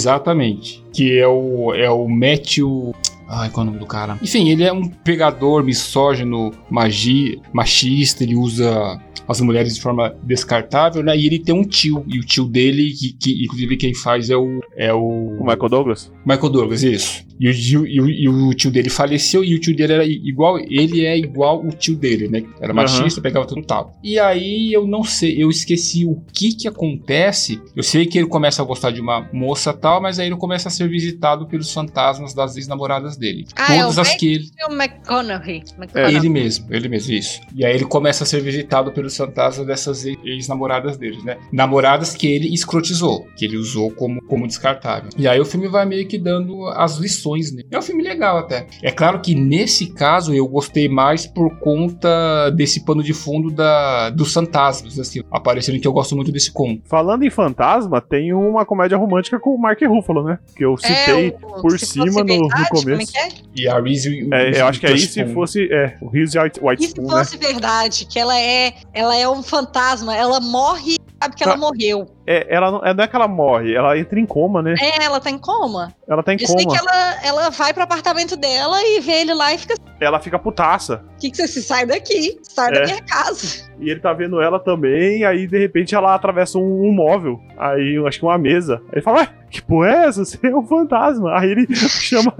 Exatamente. Que é o, é o Matthew. Ai, qual é o nome do cara? Enfim, ele é um pegador, misógino, magi, machista, ele usa as mulheres de forma descartável, né? E ele tem um tio. E o tio dele, que, que, inclusive quem faz é o. É o. O Michael Douglas? Michael Douglas, isso. E o, tio, e, o, e o tio dele faleceu e o tio dele era i- igual. Ele é igual o tio dele, né? Era machista, pegava tudo e tal. E aí eu não sei, eu esqueci o que que acontece. Eu sei que ele começa a gostar de uma moça tal, mas aí ele começa a ser visitado pelos fantasmas das ex-namoradas dele. Ah, é Todas o as Matt- que ele. E o McConaughey. É, McConaughey. É, Ele mesmo, ele mesmo, isso. E aí ele começa a ser visitado pelos fantasmas dessas ex- ex-namoradas dele, né? Namoradas que ele escrotizou, que ele usou como, como descartável. E aí o filme vai meio que dando as lições, né? É um filme legal até. É claro que nesse caso eu gostei mais por conta desse pano de fundo da, dos fantasmas, assim, aparecendo que eu gosto muito desse conto. Falando em fantasma, tem uma comédia romântica com o Mark Ruffalo, né? Que eu citei. É, o- por se cima fosse no- no verdade, Como é começo. tipo, que é? E a Reese... É, eu acho que aí se Witherspoon- fosse. É, o Reese White, White E se Spoon, né? fosse verdade, que ela é, ela é um fantasma, ela morre, sabe que ela Tá. morreu. É, ela não, é, não é que ela morre, ela entra em coma, né? É, ela tá em coma. Ela tá em Eu sei coma. que ela, ela vai pro apartamento dela e vê ele lá e fica assim, Ela fica putaça. o que, que você se sai daqui? Sai É. da minha casa. E ele tá vendo ela também, aí de repente ela atravessa um, um móvel. Aí eu acho que uma mesa. Aí ele fala, ué, que porra é essa? Você é um fantasma. Aí ele chama.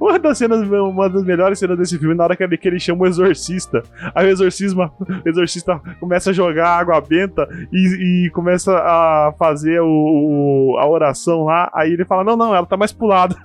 Uma das cenas, uma das melhores cenas desse filme, na hora que ele, que ele chama o exorcista. Aí o exorcisma, o exorcista começa a jogar água benta e, e começa a fazer o, o- a oração lá. Aí ele fala: Não, não, ela tá mais pro lado.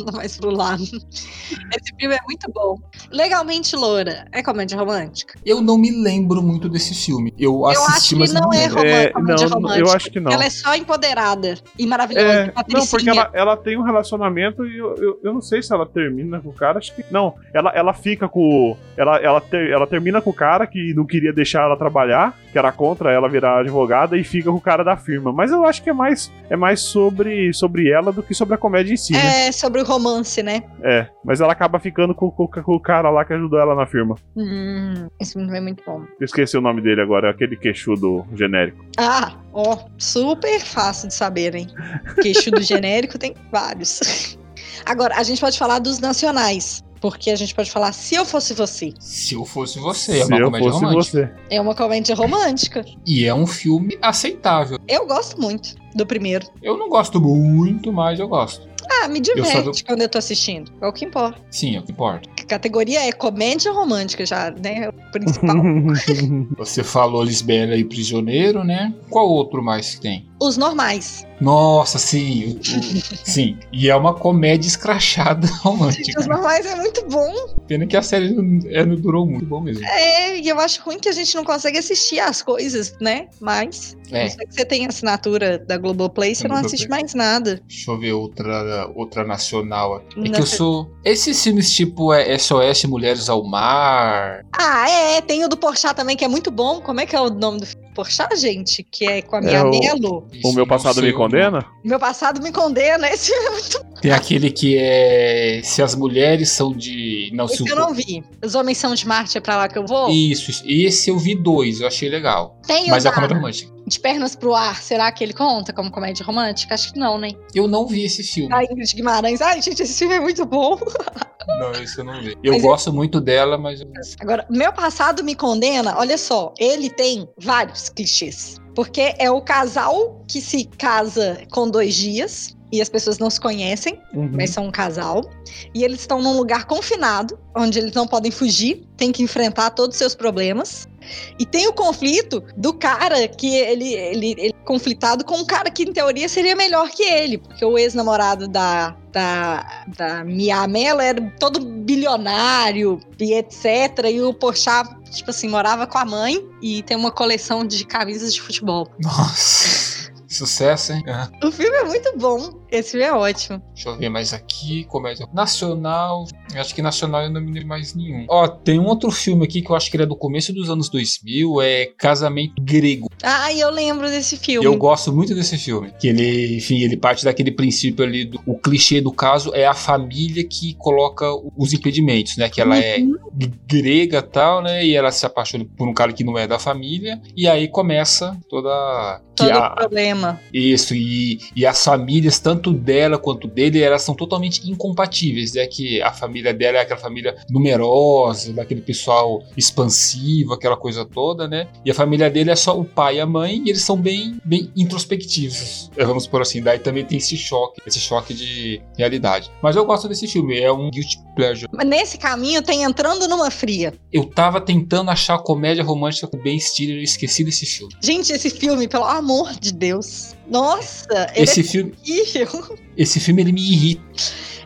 Ela mais pro lado. Esse filme é muito bom. Legalmente Loura é comédia romântica? Eu não me lembro muito desse filme. Eu Eu acho assisti, que mas não não é lembro. romântica. É, comédia não, não, romântica. eu acho que não. Ela é só empoderada e maravilhosa. É, não, porque patricinha. ela, ela tem um relacionamento e eu, eu, eu não sei se ela termina com o cara, acho que. Não, ela, ela fica com. o- Ela, ela, ter- ela termina com o cara que não queria deixar ela trabalhar, que era contra ela virar advogada, e fica com o cara da firma. Mas eu acho que é mais, é mais sobre, sobre ela do que sobre a comédia em si, né? É sobre o romance, né? É. Mas ela acaba ficando com, com, com o cara lá que ajudou ela na firma. Hum, esse filme é muito bom. Eu esqueci o nome dele agora, aquele queixudo genérico. Ah, ó, super fácil de saber, hein? Queixo do genérico tem vários. Agora, a gente pode falar dos nacionais. Porque a gente pode falar Se Eu Fosse Você. Se eu fosse você, é Se uma eu comédia fosse romântica. você. É uma comédia romântica. E é um filme aceitável. Eu gosto muito do primeiro. Eu não gosto muito, mas eu gosto. Ah, me diverte só não- quando eu tô assistindo. É o que importa. Sim, é o que importa. A categoria é comédia romântica já, né? É O principal. Você falou Lisbela e Prisioneiro, né? Qual outro mais que tem? Os normais. Nossa, sim. o- o- sim. E é uma comédia escrachada Gente, os romântica. normais é muito bom. Pena que a série não, é, não durou muito bom mesmo. É, e eu acho ruim que a gente não consegue assistir as coisas, né? Mas. É. Não sei que você tem assinatura da Globoplay, você não Globoplay. assiste mais nada. Deixa eu ver outra, outra nacional aqui. É Não que eu sei. sou. Esses filmes tipo é, SOS Mulheres ao Mar. Ah, é, tem o do Porchat também, que é muito bom. Como é que é o nome do filme do Porchat, gente? Que é com a Mia É o- Mello. o meu passado me condena? Meu passado me condena, esse, Tem aquele que é. Se as mulheres são de. Não, se esse o- eu não vi. Os Homens São de Marte, é pra lá que eu vou. Isso, isso. esse eu vi dois, eu achei legal. Tem o Mas é da, a comédia romântica. De Pernas pro Ar, será que ele conta como comédia romântica? Acho que não, né? Eu não vi esse filme. A Ingrid Guimarães, ai gente, esse filme é muito bom. Não, esse eu não vi. Eu Mas eu- gosto muito dela, mas. eu- Agora, meu passado me condena, olha só, ele tem vários clichês. Porque é o casal que se casa com dois dias e as pessoas não se conhecem, mas são um casal. E eles estão num lugar confinado, onde eles não podem fugir, têm que enfrentar todos os seus problemas. E tem o conflito do cara que ele, ele, ele é conflitado com um cara que, em teoria, seria melhor que ele, porque o ex-namorado da. Da, da Mia Mello era todo bilionário e etc. E o Porchat, tipo assim, morava com a mãe e tem uma coleção de camisas de futebol. Nossa. Sucesso, hein? É. O filme é muito bom. Esse filme é ótimo. Deixa eu ver mais aqui. Comédia nacional. Eu acho que nacional eu não me lembro mais nenhum. Ó, tem um outro filme aqui que eu acho que ele é do começo dos anos 2000. É Casamento Grego. Ah, eu lembro desse filme. Eu gosto muito desse filme. Que ele, enfim, ele parte daquele princípio ali do o clichê do caso é a família que coloca os impedimentos, né? Que ela é grega tal, né? E ela se apaixona por um cara que não é da família. E aí começa toda. que Todo a- problema. isso, e, e as famílias, tanto dela quanto dele, elas são totalmente incompatíveis. É que a família dela é aquela família numerosa, daquele pessoal expansivo, aquela coisa toda, né? E a família dele é só o pai e a mãe, e eles são bem, bem introspectivos, é, vamos por assim. Daí também tem esse choque, esse choque de realidade. Mas eu gosto desse filme, é um guilty pleasure. Mas Nesse caminho tem Entrando Numa Fria. Eu tava tentando achar comédia romântica com Ben Stiller, eu esqueci desse filme. Gente, esse filme, pelo amor de Deus. Nossa, ele Esse filme, é horrível. esse filme ele me irrita.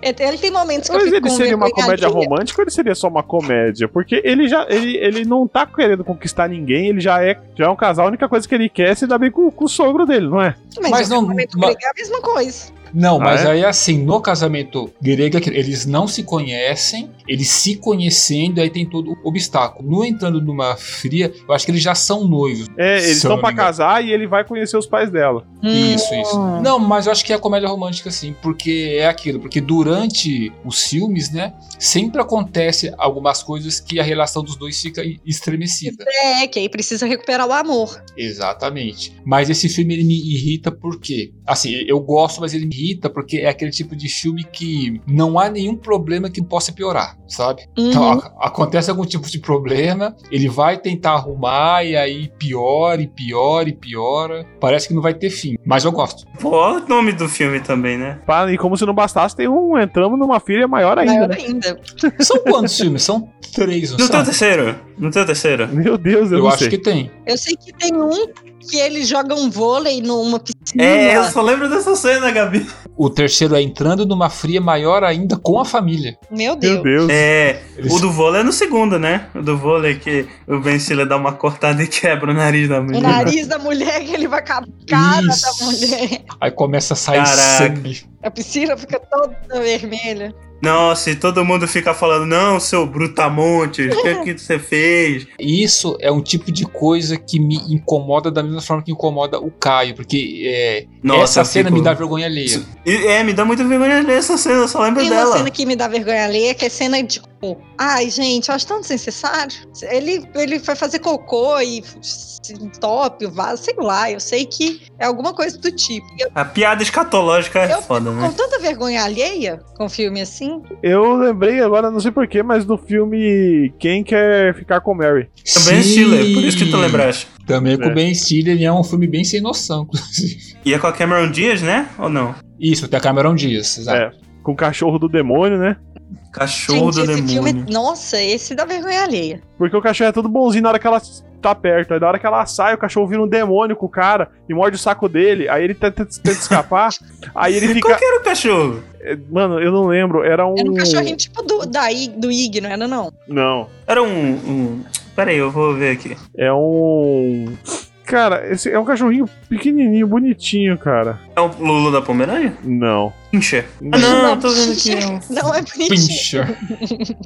Ele ele tem momentos que eu Mas fico ele com seria uma vergonha comédia alheia. romântica ou ele seria só uma comédia? Porque ele já ele, ele não tá querendo conquistar ninguém, ele já é, já é um casal, a única coisa que ele quer é se dar bem com, com o sogro dele, não é? Mas Mas não- não. Casamento mas- Grego é a mesma coisa. Não, Ah, mas é? aí assim, no casamento grego, é aquilo, eles não se conhecem, eles se conhecendo, aí tem todo o obstáculo. No entrando numa fria, eu acho que eles já são noivos. É, eles Se eu estão não pra me engano. casar e ele vai conhecer os pais dela. Isso, isso. Hum. Não, mas eu acho que é comédia romântica, sim, porque é aquilo, porque durante os filmes, né, sempre acontece algumas coisas que a relação dos dois fica e- estremecida. É, que aí precisa recuperar o amor. Exatamente. Mas esse filme ele me irrita porque, assim, eu gosto, mas ele me irrita porque é aquele tipo de filme que não há nenhum problema que possa piorar, sabe? Então, Uhum. a- acontece algum tipo de problema, ele vai tentar arrumar e aí piora e piora e piora. Parece que não vai ter fim, mas eu gosto. Pô, olha o nome do filme também, né? Pá, E como se não bastasse, tem um entramos numa filha maior ainda, Maior né? ainda. São quantos filmes? São três, No não teu são? terceiro. No teu terceiro. Meu Deus, eu, Eu não acho sei. que tem. Eu sei que tem um que ele joga um vôlei numa piscina. É, eu só lembro dessa cena, Gabi. O terceiro é entrando numa fria maior ainda com a família. Meu Meu Deus. Deus. É, Eles- o do vôlei é no segundo, né? O do vôlei que o Ben Stiller dá uma cortada e quebra o nariz da O menina. nariz da mulher que ele vai com a cara Isso. da mulher. Aí começa a sair Caraca. sangue. A piscina fica toda vermelha. Nossa, e todo mundo fica falando, não, seu brutamonte, o que, que você fez? Isso é um tipo de coisa que me incomoda da mesma forma que incomoda o Caio, porque é, Nossa, essa cena fico- me dá vergonha alheia. E- É, me dá muita vergonha ler essa cena, eu só lembro Tem uma dela. cena que me dá vergonha alheia, que é cena de cocô. Ai, gente, eu acho tão desnecessário. Ele, ele vai fazer cocô e se entope o vaso, sei lá. Eu sei que é alguma coisa do tipo. Eu, A piada escatológica é Eu- foda, né? com tanta vergonha alheia com filme assim, Eu lembrei agora, não sei porquê, mas do filme Quem Quer Ficar com Mary. Também é Sim. Stiller, por isso que tu lembraste. Também com É. o Ben Stiller e é um filme bem sem noção, inclusive. E é com a Cameron Diaz, né? Ou não? Isso, até Cameron Dias, exato. É. Com o cachorro do demônio, né? Cachorro gente, do esse demônio. filme, nossa, esse dá vergonha alheia. Porque o cachorro é todo bonzinho na hora que ela tá perto. Aí na hora que ela sai, o cachorro vira um demônio com o cara e morde o saco dele. Aí ele tenta, tenta escapar. aí ele Qual fica. que era o cachorro? É, Mano, eu não lembro. Era um. Era um cachorrinho tipo do, da, I- do Ig, não era não? Não. Era um. um... Peraí, eu vou ver aqui. É um. Cara, esse é um cachorrinho pequenininho, bonitinho, cara. É o Lulu da Pomerânia? Não. Pincher. Ah, não, tô vendo aqui. Não é bonitinho. Pincher.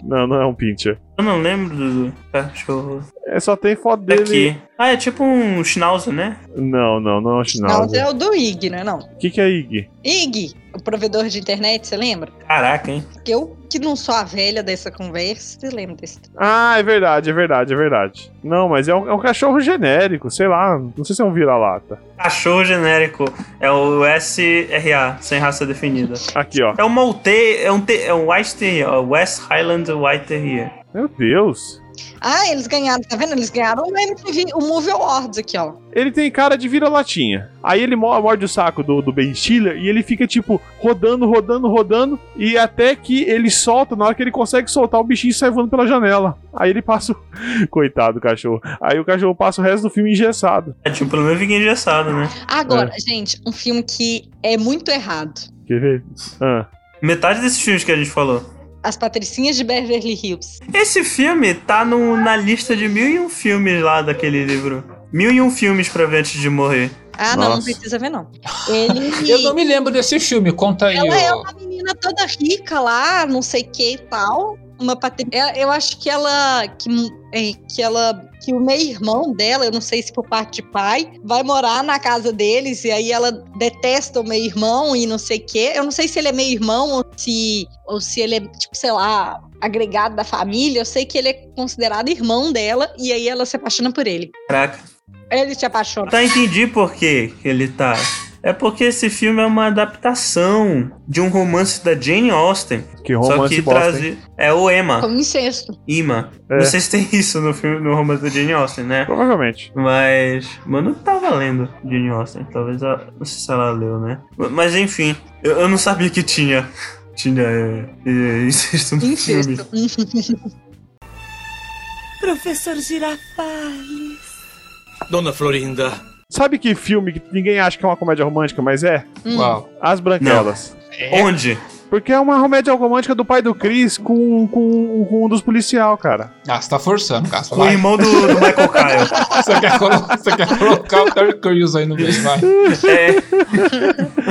Não, não é um pincher. Eu não lembro do tá, cachorro. É só tem foto dele. Aqui. Ah, é tipo um Schnauzer, né? Não, não, não é um Não, Schnauzer. é o do Ig, não é não? O que, que é Ig? Ig, o provedor de internet, você lembra? Caraca, hein? Porque eu, que não sou a velha dessa conversa, você lembra desse Ah, é verdade, é verdade, é verdade. Não, mas é um, é um cachorro genérico, sei lá. Não sei se é um vira-lata. Cachorro genérico. É o SRA, sem raça definida. Aqui, ó. É um Malte, é um, te, é um White Terrier, ó, West Highland White Terrier. Meu Deus. Ah, eles ganharam, tá vendo? Eles ganharam o MTV, o Movie Awards aqui, ó. Ele tem cara de vira-latinha. Aí ele mo- morde o saco do, do Ben Stiller e ele fica, tipo, rodando, rodando, rodando. E até que ele solta, na hora que ele consegue soltar, o bichinho sai voando pela janela. Aí ele passa. o- Coitado do cachorro. Aí o cachorro passa o resto do filme engessado. É, tipo, pelo menos fica engessado, né? Agora, É. gente, um filme que é muito errado. Quer ver? Ah. Metade desses filmes que a gente falou. As Patricinhas de Beverly Hills. Esse filme tá no- na lista de mil e um filmes lá daquele livro. Mil e um filmes pra ver antes de morrer. Ah, não, não Nossa. precisa ver, não. Ele. Eu não me lembro desse filme, conta aí. Ela é ó. uma menina toda rica lá, não sei o que e tal. Uma patri... é, Eu acho que ela. Que, é, que ela. Que o meio-irmão dela, eu não sei se por parte de pai, vai morar na casa deles e aí ela detesta o meio-irmão e não sei o quê. Eu não sei se ele é meio-irmão ou se, ou se ele é, tipo, sei lá, agregado da família. Eu sei que ele é considerado irmão dela e aí ela se apaixona por ele. Caraca. Ele se apaixona. Tá, entendi por que que ele tá. É porque esse filme é uma adaptação de um romance da Jane Austen. Que só É um romance que bosta. hein? trazi- É o Emma. Como incesto. Ima. É. Não sei se tem isso no filme, no romance da Jane Austen, né? Provavelmente. Mas. Mano, não tava lendo Jane Austen. Talvez ela. Não sei se ela leu, né? Mas enfim, eu, eu não sabia que tinha. Tinha. É, é, incesto no filme. Incesto. Hum. Professor Girafales. Donna Florinda. Sabe que filme que ninguém acha que é uma comédia romântica, mas é? Hum. Uau. As Branquelas. Onde? Porque é uma comédia romântica do pai do Chris com, com, com um dos policial, cara. Ah, você tá forçando, cara. Com o Vai. irmão do, do Michael Kyle. Você quer, colo- você quer colocar o Terry Crews aí no meio, vai. É,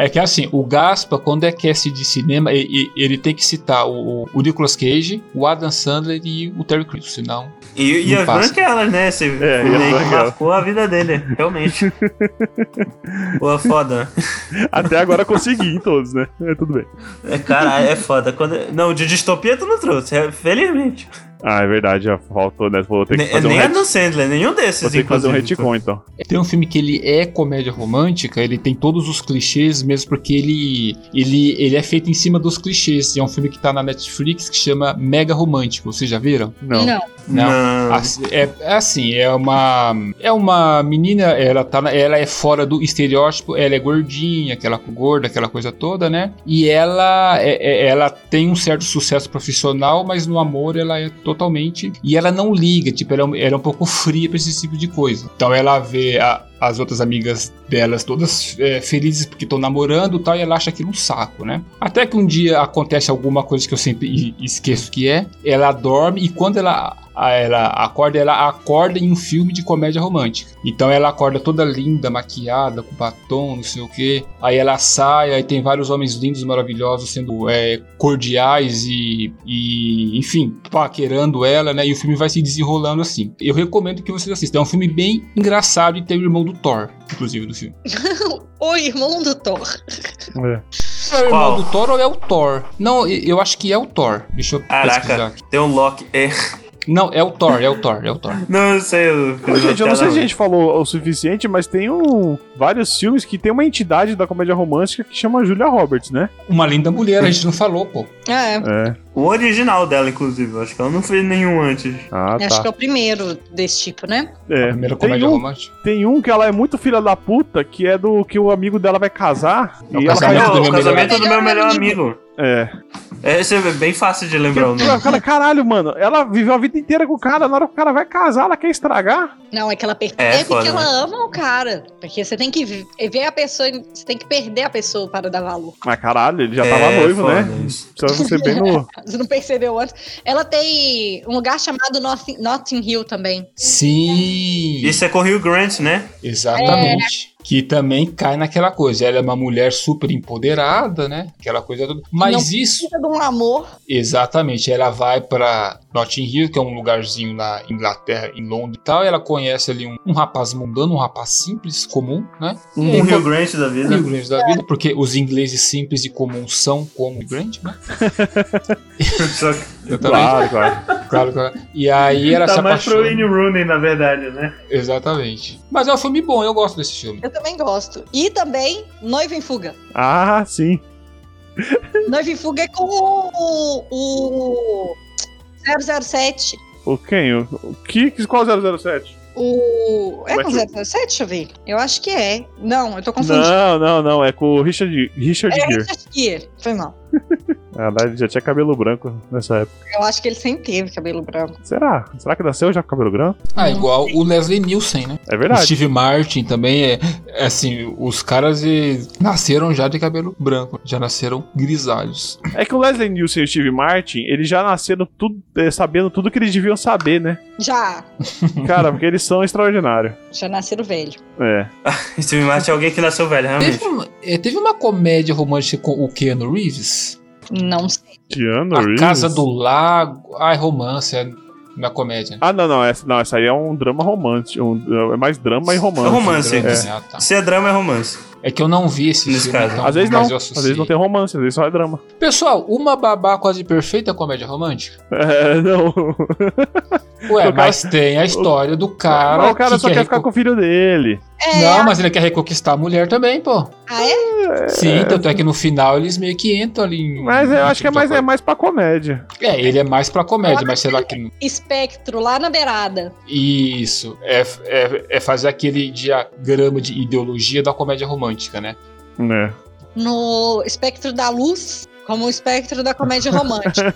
É que assim, o Gaspa, quando é que é de cinema, e- e- ele tem que citar o, o Nicolas Cage, o Adam Sandler e o Terry Crews, senão. e, e Não as passa. branquelas, né? Esse É, e filme aí as que branquelas. marcou a vida dele, realmente. Pô, é foda. Até agora consegui em todos, né? É, tudo bem. É, cara, é foda. Quando, não, de distopia tu não trouxe, é, felizmente. Ah, é verdade, já faltou, né? Vou ter que Ne- fazer um, nem a ret... do Sandler, nenhum desses, Vou ter que fazer um inclusive. retcon, então. Tem um filme que ele é comédia romântica, ele tem todos os clichês, mesmo porque ele, ele, ele é feito em cima dos clichês. E é um filme que tá na Netflix que chama Mega Romântico, vocês já viram? Não. Não. Não. Assim, é, é assim, é uma é uma menina, ela tá na- ela é fora do estereótipo, ela é gordinha, aquela gorda, aquela coisa toda, né? E ela é- é- ela tem um certo sucesso profissional, mas no amor ela é totalmente e ela não liga, tipo, ela é um, ela é um pouco fria pra esse tipo de coisa. Então ela vê a- as outras amigas delas todas é, felizes porque estão namorando e tal, e ela acha aquilo um saco, né? Até que um dia acontece alguma coisa que eu sempre e- esqueço que é. Ela dorme e quando ela, a- ela acorda, ela acorda em um filme de comédia romântica. Então ela acorda toda linda, maquiada, com batom, não sei o quê. Aí ela sai, aí tem vários homens lindos, maravilhosos, sendo é, cordiais e, e, enfim, paquerando ela, né? E o filme vai se desenrolando assim. Eu recomendo que vocês assistam. É um filme bem engraçado e tem o irmão do Thor, inclusive, do filme. O irmão do Thor. É o irmão Qual? do Thor ou é o Thor? Não, e- eu acho que é o Thor. Deixa eu Caraca. pesquisar aqui. Tem um Loki. É, Não, é o Thor, é o Thor, é o Thor. não eu sei. Eu Ô, gente, eu não sei se a gente falou o suficiente, mas tem um, vários filmes que tem uma entidade da comédia romântica que chama Julia Roberts, né? Uma linda mulher, a gente não falou, pô. É. É. O original dela, inclusive. eu Acho que ela não fez nenhum antes. Ah, Eu Acho que tá. é o primeiro desse tipo, né? É. Primeira Tem, comédia um, romântica. tem um que ela é muito filha da puta, que é do que o amigo dela vai casar. É o e ela casamento vai- Não, do o meu casamento melhor do meu melhor amigo. amigo. É. Esse é bem fácil de lembrar o Eu, nome. eu falei, caralho, mano, ela viveu a vida inteira com o cara, na hora que o cara vai casar, ela quer estragar? Não, é que ela percebe É, foda, que ela né? ama o cara. Porque você tem que vi- ver a pessoa, você tem que perder a pessoa para dar valor. Mas caralho, ele já É, tava noivo, foda né? isso. Precisa ser bem no. Você não percebeu antes. Ela tem um lugar chamado Notting, Notting Hill também. Sim, Isso é com o Rio Grant, né? exatamente. Que também cai naquela coisa. Ela é uma mulher super empoderada, né? Aquela coisa toda. Mas isso, Precisa de um amor. exatamente, ela vai pra Notting Hill, que é um lugarzinho na Inglaterra, em Londres e tal. E ela conhece ali um, um rapaz mundano, um rapaz simples, comum, né? E aí, Um Rio Grant da vida. Rio Grande da vida, porque os ingleses simples e comuns são como o Grande, né? Só que Exatamente. Claro, claro. Claro, claro. E aí ela se tá mais pro apaixona. Wayne Rooney, na verdade, né? Exatamente. Mas é um filme bom, eu gosto desse filme. Eu também gosto. E também Noiva em Fuga. Ah, sim. Noiva em Fuga é com o. o 007. O quem? O, o que, qual 007? O. É Como é com que- 007, deixa eu ver. Eu acho que é. Não, eu tô confundindo. Não, não, não. É com o Richard, Richard É Gere. Richard Gere. Foi mal. Na verdade, ele já tinha cabelo branco nessa época. Eu acho que ele sempre teve cabelo branco. Será? Será que nasceu já com cabelo branco? Ah, igual o Leslie Nielsen, né? É O verdade. Steve Martin também é, é assim, os caras eh, nasceram já de cabelo branco, já nasceram grisalhos. É que o Leslie Nielsen e o Steve Martin, eles já nasceram tudo, eh, sabendo tudo que eles deviam saber, né? Já. Cara, porque eles são extraordinários. Já nasceram velho. É. Steve Martin é alguém que nasceu velho, realmente. Teve, um- eh, teve uma comédia romântica com o Keanu Reeves? Não sei. Keanu a Reeves. Casa do Lago. Ai, romance, é na comédia. Ah, não, não. Essa, não, essa aí é um drama romântico. um- é mais drama e romance. É romance. É. Ah, tá. Se é drama, é romance. É que eu não vi esse Nesse filme. caso. então, Às vezes não. mas eu Às associei. vezes não tem romance, às vezes só é drama. Pessoal, uma babá quase perfeita é comédia romântica? É, não. Ué, cara- mas tem a história do cara. Ah, Mas o é cara que só quer ficar recon- com o filho dele. É. Não, mas ele quer reconquistar a mulher também, pô. Ah, é? Sim, tanto é que no final eles meio que entram ali. em- Mas eu acho que é mais, é É, mais pra comédia. ele é mais pra comédia, mas sei lá que. Espectro lá na beirada. Isso. É, é, é fazer aquele diagrama de ideologia da comédia romântica, né? É. No espectro da luz, como o espectro da comédia romântica.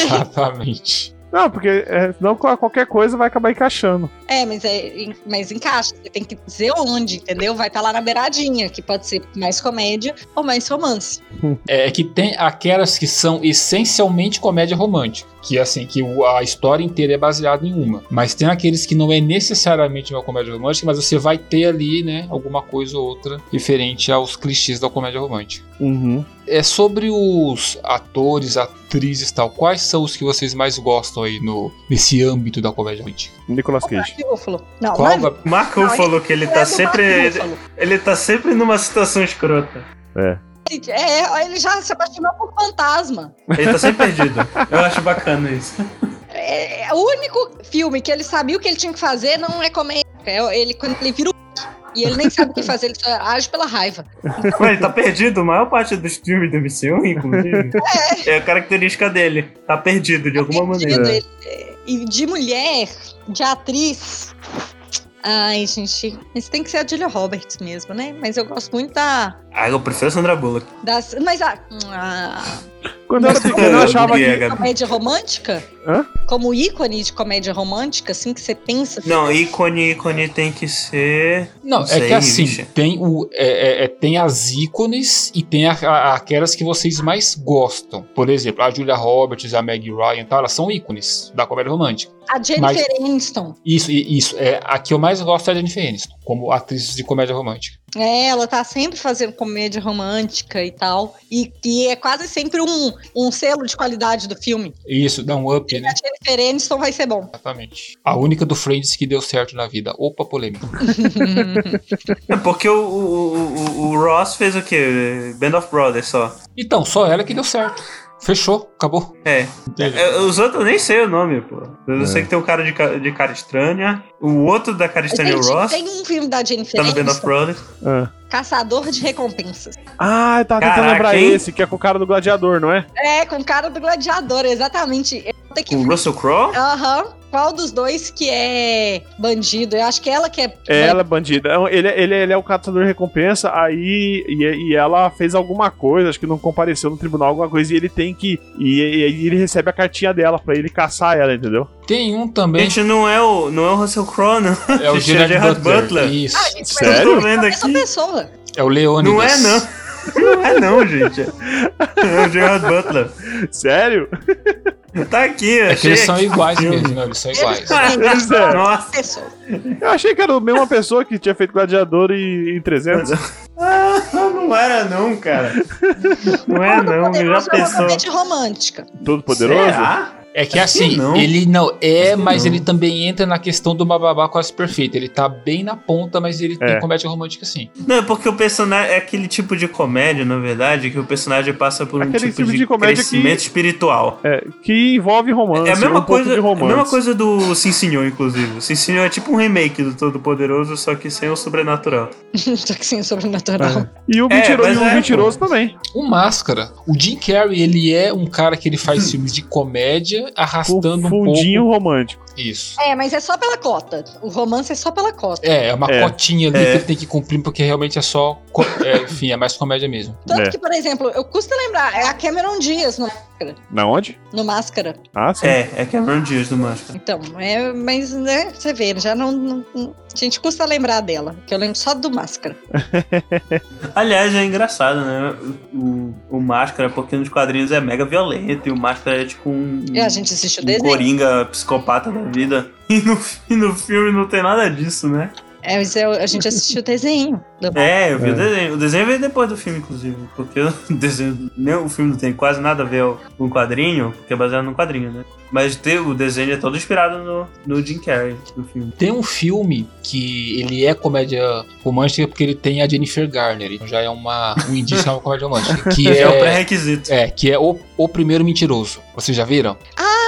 Exatamente. Não, porque é, senão qual- qualquer coisa vai acabar encaixando. é, mas é, mas encaixa. Você tem que dizer onde, entendeu? Vai estar lá na beiradinha, que pode ser mais comédia ou mais romance. É que tem aquelas que são essencialmente comédia romântica, que é assim, que o- a história inteira é baseada em uma. Mas tem aqueles que não é necessariamente uma comédia romântica, mas você vai ter ali, né, alguma coisa ou outra diferente aos clichês da comédia romântica. Uhum. É sobre os atores, atrizes e tal, quais são os que vocês mais gostam aí no, nesse âmbito da comédia romântica? Nicolas Cage. Mark Ruffalo. Não, Qual, não é- Gab- O Mark Ruffalo, que ele é tá do Mark sempre. Ruffalo. Ele tá sempre numa situação escrota. Gente, É, ele já se apaixonou por fantasma. Ele tá sempre perdido. Eu acho bacana isso. É, é o único filme que ele sabia o que ele tinha que fazer não é comédia. É ele quando ele vira o e ele nem sabe o que fazer, ele só age pela raiva. Mas ele tá perdido, a maior parte dos filmes do MCU, inclusive. É a característica dele. Tá perdido de alguma maneira. Ele- é, E de mulher, de atriz. Ai, gente, isso tem que ser a Julia Roberts mesmo, né? Mas eu gosto muito da. Ah, eu prefiro a Sandra Bullock. Das, mas a, a Quando eu era pequeno, eu É, achava é, que. Gabi. comédia romântica, Hã? como ícone de comédia romântica, assim que você pensa. Não, ícone, ícone tem que ser. Não, é Sei, que assim, vixe. tem, o, é, é- é- tem as ícones e tem a- a- aquelas que vocês mais gostam. Por exemplo, a Julia Roberts, a Meg Ryan e tal, elas são ícones da comédia romântica. A Jennifer Aniston, Isso, e- isso. É, a que eu mais gosto é a Jennifer Aniston, como atriz de comédia romântica. é, ela tá sempre fazendo comédia romântica e tal. E, e é quase sempre um, um selo de qualidade do filme. Isso, dá um up, né? A Jennifer Aniston vai ser bom. Exatamente. A única do Friends que deu certo na vida. Opa, polêmica. É porque o, o, o- o Ross fez o quê? Band of Brothers só. Então, só ela que deu certo. Fechou, acabou. É. Entendeu? É, Os outros eu nem sei o nome, pô. É. Eu sei que tem o cara de, ca- de cara estranha. O outro da cara estranha é o Gente, Ross. tem um filme da Jennifer Tá no Band of Aniston, Brothers. Ah, Caçador de Recompensas. ah eu tava tentando Caraca, lembrar hein? esse, que é com o cara do gladiador, não é? É, com o cara do gladiador, exatamente. Eu vou ter que... Com o Russell Crowe? Aham. Qual dos dois que é bandido? Eu acho que ela que é... É ela, bandida. Ele, ele, ele é o catador de recompensa, aí. E, e ela fez alguma coisa, acho que não compareceu no tribunal, alguma coisa, e ele tem que. E, e- e ele recebe a cartinha dela pra ele caçar ela, entendeu? Tem um também, Gente, não é o, não é o Russell Crowe, não. é o Gerard Gerard Butler. Butler. Isso. Ah, gente, mas Sério? eu Tô vendo tô essa aqui. pessoa. É o Leônidas. Não é, não. Não é, não, gente. É o Gerard Butler. Sério? Tá aqui, eu É que achei. eles são aqui. iguais mesmo, né? Eles são iguais. Pois é. Nossa. Pessoa. Eu achei que era a mesma pessoa que tinha feito gladiador e, e 300. Ah, não era, não, cara. Não é, não. Já Poderoso é uma pensou. comédia romântica. Todo poderoso? é. Será? É que Acho que assim, não. ele não é, Acho que mas não. ele também entra na questão do bababá quase perfeito. Ele tá bem na ponta, mas ele É. tem comédia romântica sim. Não, é porque o personagem. É aquele tipo de comédia, na verdade, que o personagem passa por um Aquele tipo de, comédia que- crescimento espiritual. É, que envolve romance. É a mesma, um coisa, pouco de é a romance. mesma coisa do Sim Senhor, inclusive. Sim Senhor é tipo um remake do Todo Poderoso, só que sem o sobrenatural. Só que sem sobrenatural. E o, É, mentiro- mas e o é, mentiroso também. Hum. O Máscara, o Jim Carrey, ele é um cara que ele faz filmes de comédia comédia arrastando com um pouco. fundinho romântico. Isso. É, mas é só pela cota. O romance é só pela cota. É, é uma É. cotinha ali É. que tem que cumprir, porque realmente é só. co- é, enfim, é mais comédia mesmo. Tanto É. que, por exemplo, eu custa lembrar, é a Cameron Diaz no, Na onde? no Máscara. Ah, sim. É, é Cameron Diaz do Máscara. Então, é, mas, né, você vê, já não, não- não- A gente custa lembrar dela, que eu lembro só do Máscara. Aliás, é engraçado, né? O, o Máscara, porque nos quadrinhos é mega violento e o Máscara é tipo um. E a gente assistiu o um desenho. coringa psicopata da vida. E no, e no filme não tem nada disso, né? É, mas eu- a gente assistiu o desenho. do- É, eu vi É. o desenho. O desenho veio depois do filme, inclusive. Porque o desenho. Nem o filme não tem quase nada a ver ao- com o quadrinho, porque é baseado no quadrinho, né? Mas tem- o desenho é todo inspirado no, no Jim Carrey, do filme. Tem um filme que ele é comédia romântica porque ele tem a Jennifer Garner. Então já é uma, um indício de uma comédia romântica. Que É, é, o pré-requisito. é, que é o, o Primeiro Mentiroso. Vocês já viram?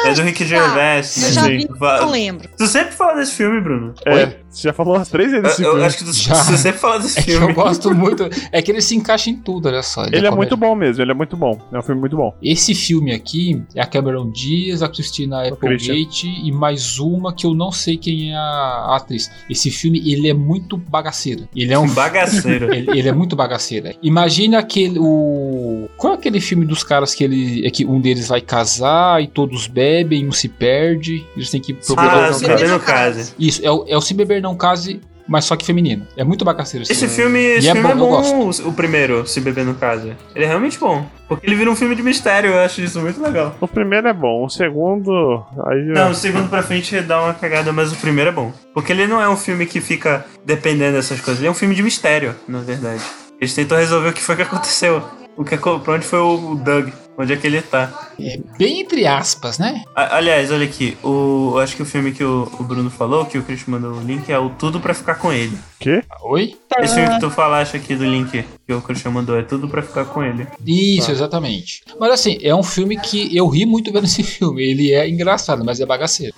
É, do Rick Gervais. Eu né? já Sim. vi, Va- não lembro. Tu sempre fala desse filme, Bruno. É, Você já falou umas três vezes né? esse Eu, eu filme. acho que tu, é Já. tu sempre fala desse É que filme. eu gosto muito. É que ele se encaixa em tudo, olha só. Ele é comédia. muito bom mesmo, ele é muito bom. É um filme muito bom. Esse filme aqui é a Cameron Diaz, a Christina Applegate e mais uma que eu não sei quem é a atriz. Esse filme, ele é muito bagaceiro. Ele é um Bagaceiro. ele, ele é muito bagaceiro. né? Imagina aquele. O... Qual é aquele filme dos caras que ele. É que um deles vai casar e todos bebem, um se perde. Eles têm que procurar. ah, um se cara. beber no case. Isso, é o, é o Se Beber Não Case, mas só que feminino. É muito bagaceiro Esse filme. filme, esse E é filme é bom, eu bom, o- o primeiro, Se Beber no Case. Ele é realmente bom. Porque ele vira um filme de mistério, eu acho isso muito legal. O primeiro é bom, o segundo. Aí Não, o segundo pra frente dá uma cagada, mas o primeiro é bom. Porque ele não é um filme que fica dependendo dessas coisas. Ele é um filme de mistério, na verdade. Eles tentam resolver o que foi que aconteceu. O que, acon- pra onde foi o o Doug? Onde é que ele tá? É bem entre aspas, né? A- Aliás, olha aqui, o, eu acho que o filme que o, o Bruno falou, que o Chris mandou o link, é o Tudo Pra Ficar Com Ele. Quê? Oi? Esse filme que tu falaste aqui do link que o Christian mandou é Tudo Pra Ficar Com Ele. Isso, Tá. exatamente. Mas assim, é um filme que eu ri muito vendo esse filme. Ele é engraçado, mas é bagaceiro.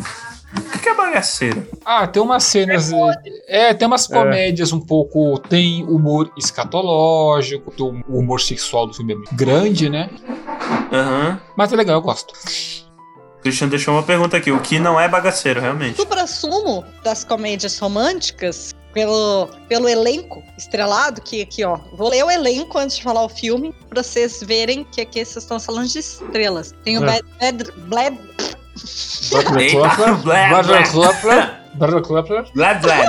O que é bagaceiro? Ah, tem umas cenas. É, tem umas comédias um pouco. Tem humor escatológico, tem o humor sexual do filme é muito grande, né? Aham. Mas é legal, eu gosto. O Christian deixou uma pergunta aqui, o que não é bagaceiro, realmente? Supra sumo das comédias românticas, pelo, pelo elenco estrelado, que aqui, ó. Vou ler o elenco antes de falar o filme, pra vocês verem que aqui vocês estão falando de estrelas. Tem o É. Brad, Brad, Brad, Bradley Eita, Cooper, blé, Bradley blé. Cooper, Bradley Cooper. Blá, blá.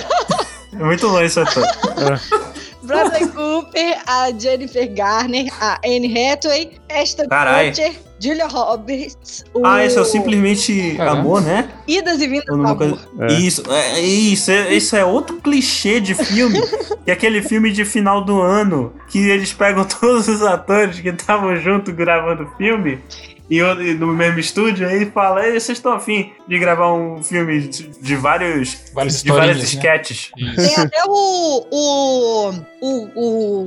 É muito longe esse ator. Bradley Cooper, a Jennifer Garner, a Anne Hathaway, Ashton Carai. Kutcher, Julia Roberts, o Ah, esse é o Simplesmente Caramba. Amor, né? Idas e Vindas Ou do numa Amor. coisa- É. Isso, é, isso, é, isso é outro clichê de filme. que é aquele filme de final do ano que eles pegam todos os atores que estavam junto gravando o filme. E o- e no mesmo estúdio, aí fala: Ei, vocês estão afim de gravar um filme de, de vários. Várias de vários historinhas, né? sketches. Isso. Tem até o, o, o,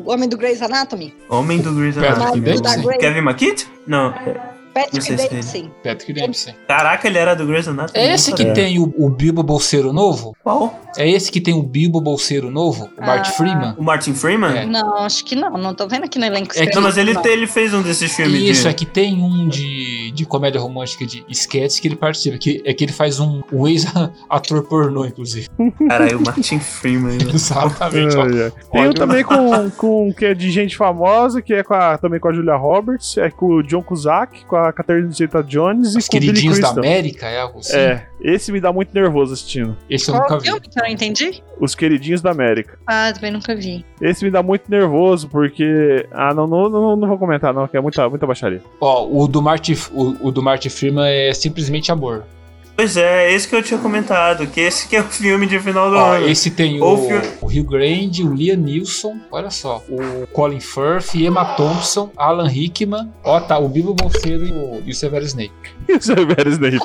o Homem do Grey's Anatomy, Homem do Grey's Patrick Anatomy. Dempsey? o- Kevin McKitt? Não. é- Não Patrick sei se é ele. Dempsey. Patrick Dempsey. Caraca, ele era do Grey's Anatomy. É esse não que sabia. tem o, o Bilbo Bolseiro novo? Qual? É esse que tem o Bilbo Bolseiro novo? O Bart Ah. Freeman? O Martin Freeman? É. Não, acho que não, não tô vendo aqui no elenco. É que- Não, mas ele, Não. te- ele fez um desses filmes. Isso, de... é que tem um de, de comédia romântica de sketches que ele participa. Que, é que ele faz um, um ex-ator pornô, inclusive. Caralho, o Martin Freeman. né? Exatamente. ó. Ai, ai. Tem um Ótimo. também com, com que é de gente famosa, que é com a- também com a Julia Roberts, é com o John Cusack, com a Catherine Zeta Jones Os e com o Billy queridinhos da Crystal. América, é algo assim. É, esse me dá muito nervoso assistindo. Esse eu Qual nunca o vi. filme que eu não entendi? Os queridinhos da América. Ah, também nunca vi. Esse me dá muito nervoso, porque. Ah, não, não, não, não vou comentar, não, que é muita, muita baixaria. Ó, o do Marty, o, o do Marty Freeman é simplesmente amor. Pois é, esse que eu tinha comentado, que esse que é o filme de final do Ó, ano. esse tem Ou o, filme- o Rio Grande, o Liam Neeson, olha só. O Colin Firth, Emma Thompson, Alan Rickman. Ó, tá, o Bilbo Bolseiro e o, e o Severo Snape. Isso é velho Snape.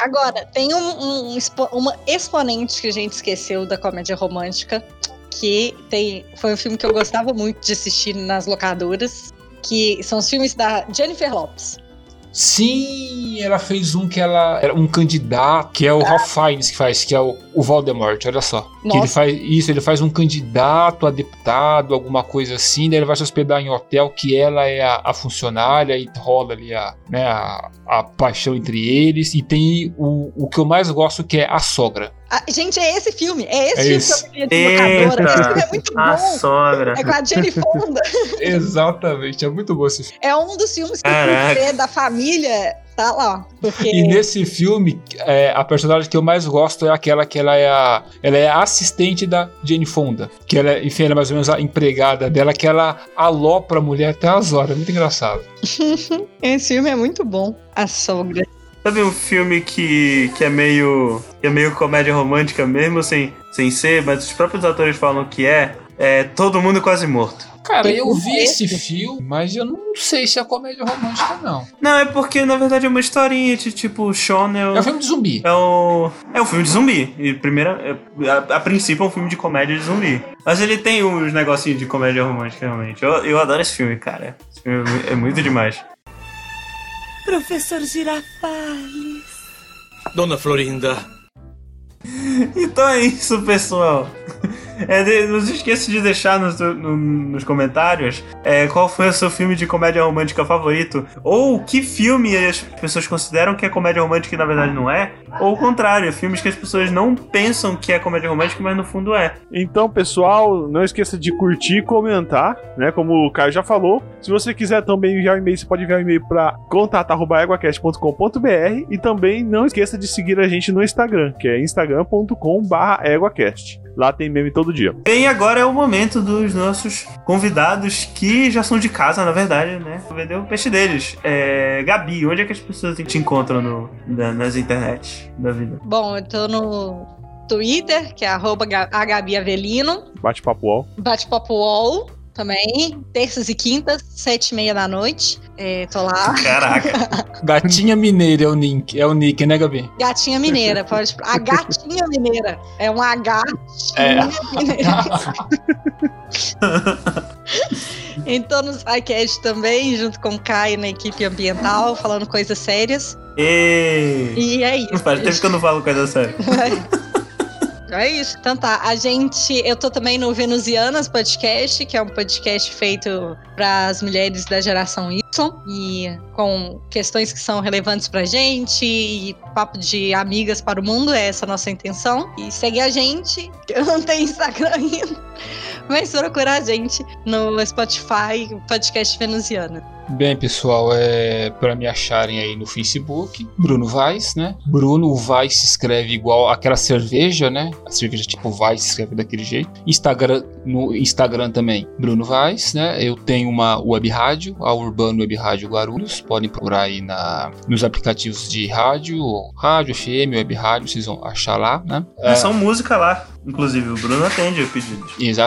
Agora, tem um, um expo- uma exponente que a gente esqueceu da comédia romântica, que tem, foi um filme que eu gostava muito de assistir nas locadoras, que são os filmes da Jennifer Lopes. Sim, ela fez um que ela era um candidato, que é Ah. o Ralph Fiennes que faz, que é o, o Voldemort, olha só. Que ele Nossa. faz isso, ele faz um candidato a deputado, alguma coisa assim, daí ele vai se hospedar em hotel que ela é a, a funcionária e rola ali a, né, a, a paixão entre eles e tem o, o que eu mais gosto que é a sogra. Ah, gente, é esse filme. É esse É filme esse. que eu vi de locadora. Eita. Esse filme é muito bom. A sogra. É com a Jenny Fonda. Exatamente, é muito bom esse filme. É um dos filmes que Caraca. você da família tá lá. Porque E nesse filme, é, a personagem que eu mais gosto é aquela que ela é a, ela é a assistente da Jane Fonda. Que ela, é- enfim, ela é mais ou menos a empregada dela, que ela alopra a mulher até as horas. É muito engraçado. esse filme é muito bom. A sogra. Sabe um filme que, que é meio. que é meio comédia romântica mesmo, sem, sem ser, mas os próprios atores falam que é. É Todo Mundo Quase Morto. Cara, eu eu vi vi esse filme, mas eu não sei se é comédia romântica, não. Não, é porque na verdade é uma historinha de tipo, o Sean é o. É um filme de zumbi. É, o, é um filme de zumbi. E primeira, é- a, a princípio é um filme de comédia de zumbi. Mas ele tem uns negocinhos de comédia romântica, realmente. Eu, eu adoro esse filme, cara. Esse filme é mu- é muito demais. Professor Girafales. Dona Florinda. Então é isso, pessoal. É, de- não se esqueça de deixar nos, no- nos comentários é, qual foi o seu filme de comédia romântica favorito. Ou que filme as pessoas consideram que é comédia romântica e na verdade não é. Ou o contrário, filmes que as pessoas não pensam que é comédia romântica, mas no fundo é. Então, pessoal, não esqueça de curtir e comentar, né? Como o Caio já falou. Se você quiser também enviar um e-mail, você pode enviar um e-mail para contato.eguacast.com.br e também não esqueça de seguir a gente no Instagram, que é instagram.com/eguacast. Lá tem meme todo dia. Bem, agora é o momento dos nossos convidados que já são de casa, na verdade, né? Vendeu o peixe deles. É, Gabi, onde é que as pessoas te encontram no- na- nas internet da vida? Bom, eu tô no Twitter, que é arroba Ga- a Gabi Avelino. Bate papo UOL. Bate-papo UOL também. Terças e quintas, sete e meia da noite. É, tô lá. Caraca. Gatinha Mineira é o Nick, é o Nick né, Gabi? Gatinha Mineira, pode. A gatinha mineira. É um H. É. mineira. então no SciCast também, junto com o Caio na equipe ambiental, falando coisas sérias. Ei! E é isso. Faz tempo que eu não falo coisa séria. É isso. Então tá, a gente. Eu tô também no Venusianas Podcast, que é um podcast feito para as mulheres da geração Y e com questões que são relevantes pra gente e papo de amigas para o mundo, é essa a nossa intenção. E segue a gente, que eu não tenho Instagram ainda, mas procura a gente no Spotify, podcast Venusiana. Bem, pessoal, é para me acharem aí no Facebook, Bruno Vaz, né? Bruno Vaz se escreve igual aquela cerveja, né? A cerveja tipo Vaz se escreve daquele jeito. Instagram, no Instagram também, Bruno Vaz, né? Eu tenho uma web rádio, a Urbano Web Rádio Guarulhos. Podem procurar aí na, nos aplicativos de rádio, rádio FM, web rádio, vocês vão achar lá, né? É. São música lá. Inclusive, o Bruno atende pedidos.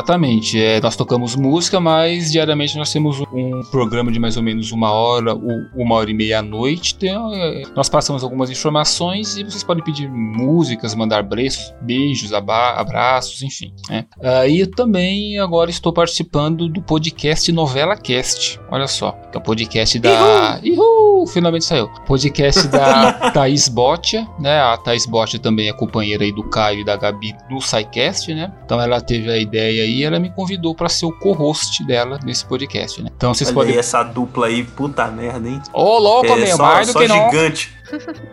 Exatamente. É, nós tocamos música, mas diariamente nós temos um programa de mais ou menos uma hora, ou uma hora e meia à noite. Então, é, nós passamos algumas informações e vocês podem pedir músicas, mandar breços, beijos, aba- abraços, enfim. né? Ah, e eu também agora estou participando do podcast Novela Cast. Olha só, que é o podcast da. Uhul! Finalmente saiu. Podcast da Thaís Botia, né? A Thaís Botia também é companheira aí do Caio e da Gabi no SciCast, né? Então ela teve a ideia aí e ela me convidou para ser o co-host dela nesse podcast, né? Então vocês Olha podem. aí essa dupla aí, puta merda, hein? É Ô, louco, meu, só, mais do só que não. gigante.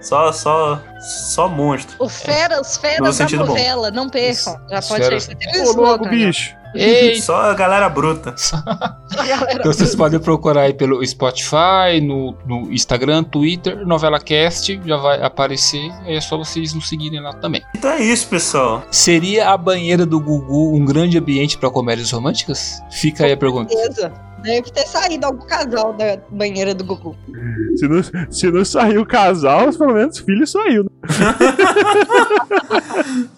Só, só, só monstro. O Feras, No Feras da sentido bom. novela, não percam. Já Os pode feras- ser. Tem um Ô, louco, slogan, né? bicho. Ei, Só a galera bruta. Galera, Então vocês podem procurar aí pelo Spotify, no, no Instagram, Twitter, NovelaCast, já vai aparecer. Aí é só vocês nos seguirem lá também. Então é isso, pessoal. Seria a banheira do Gugu um grande ambiente para comédias românticas? Fica aí a pergunta. certeza. Deve ter saído algum casal da banheira do Gugu. Se não, se não saiu o casal, pelo menos o filho saiu. né? É,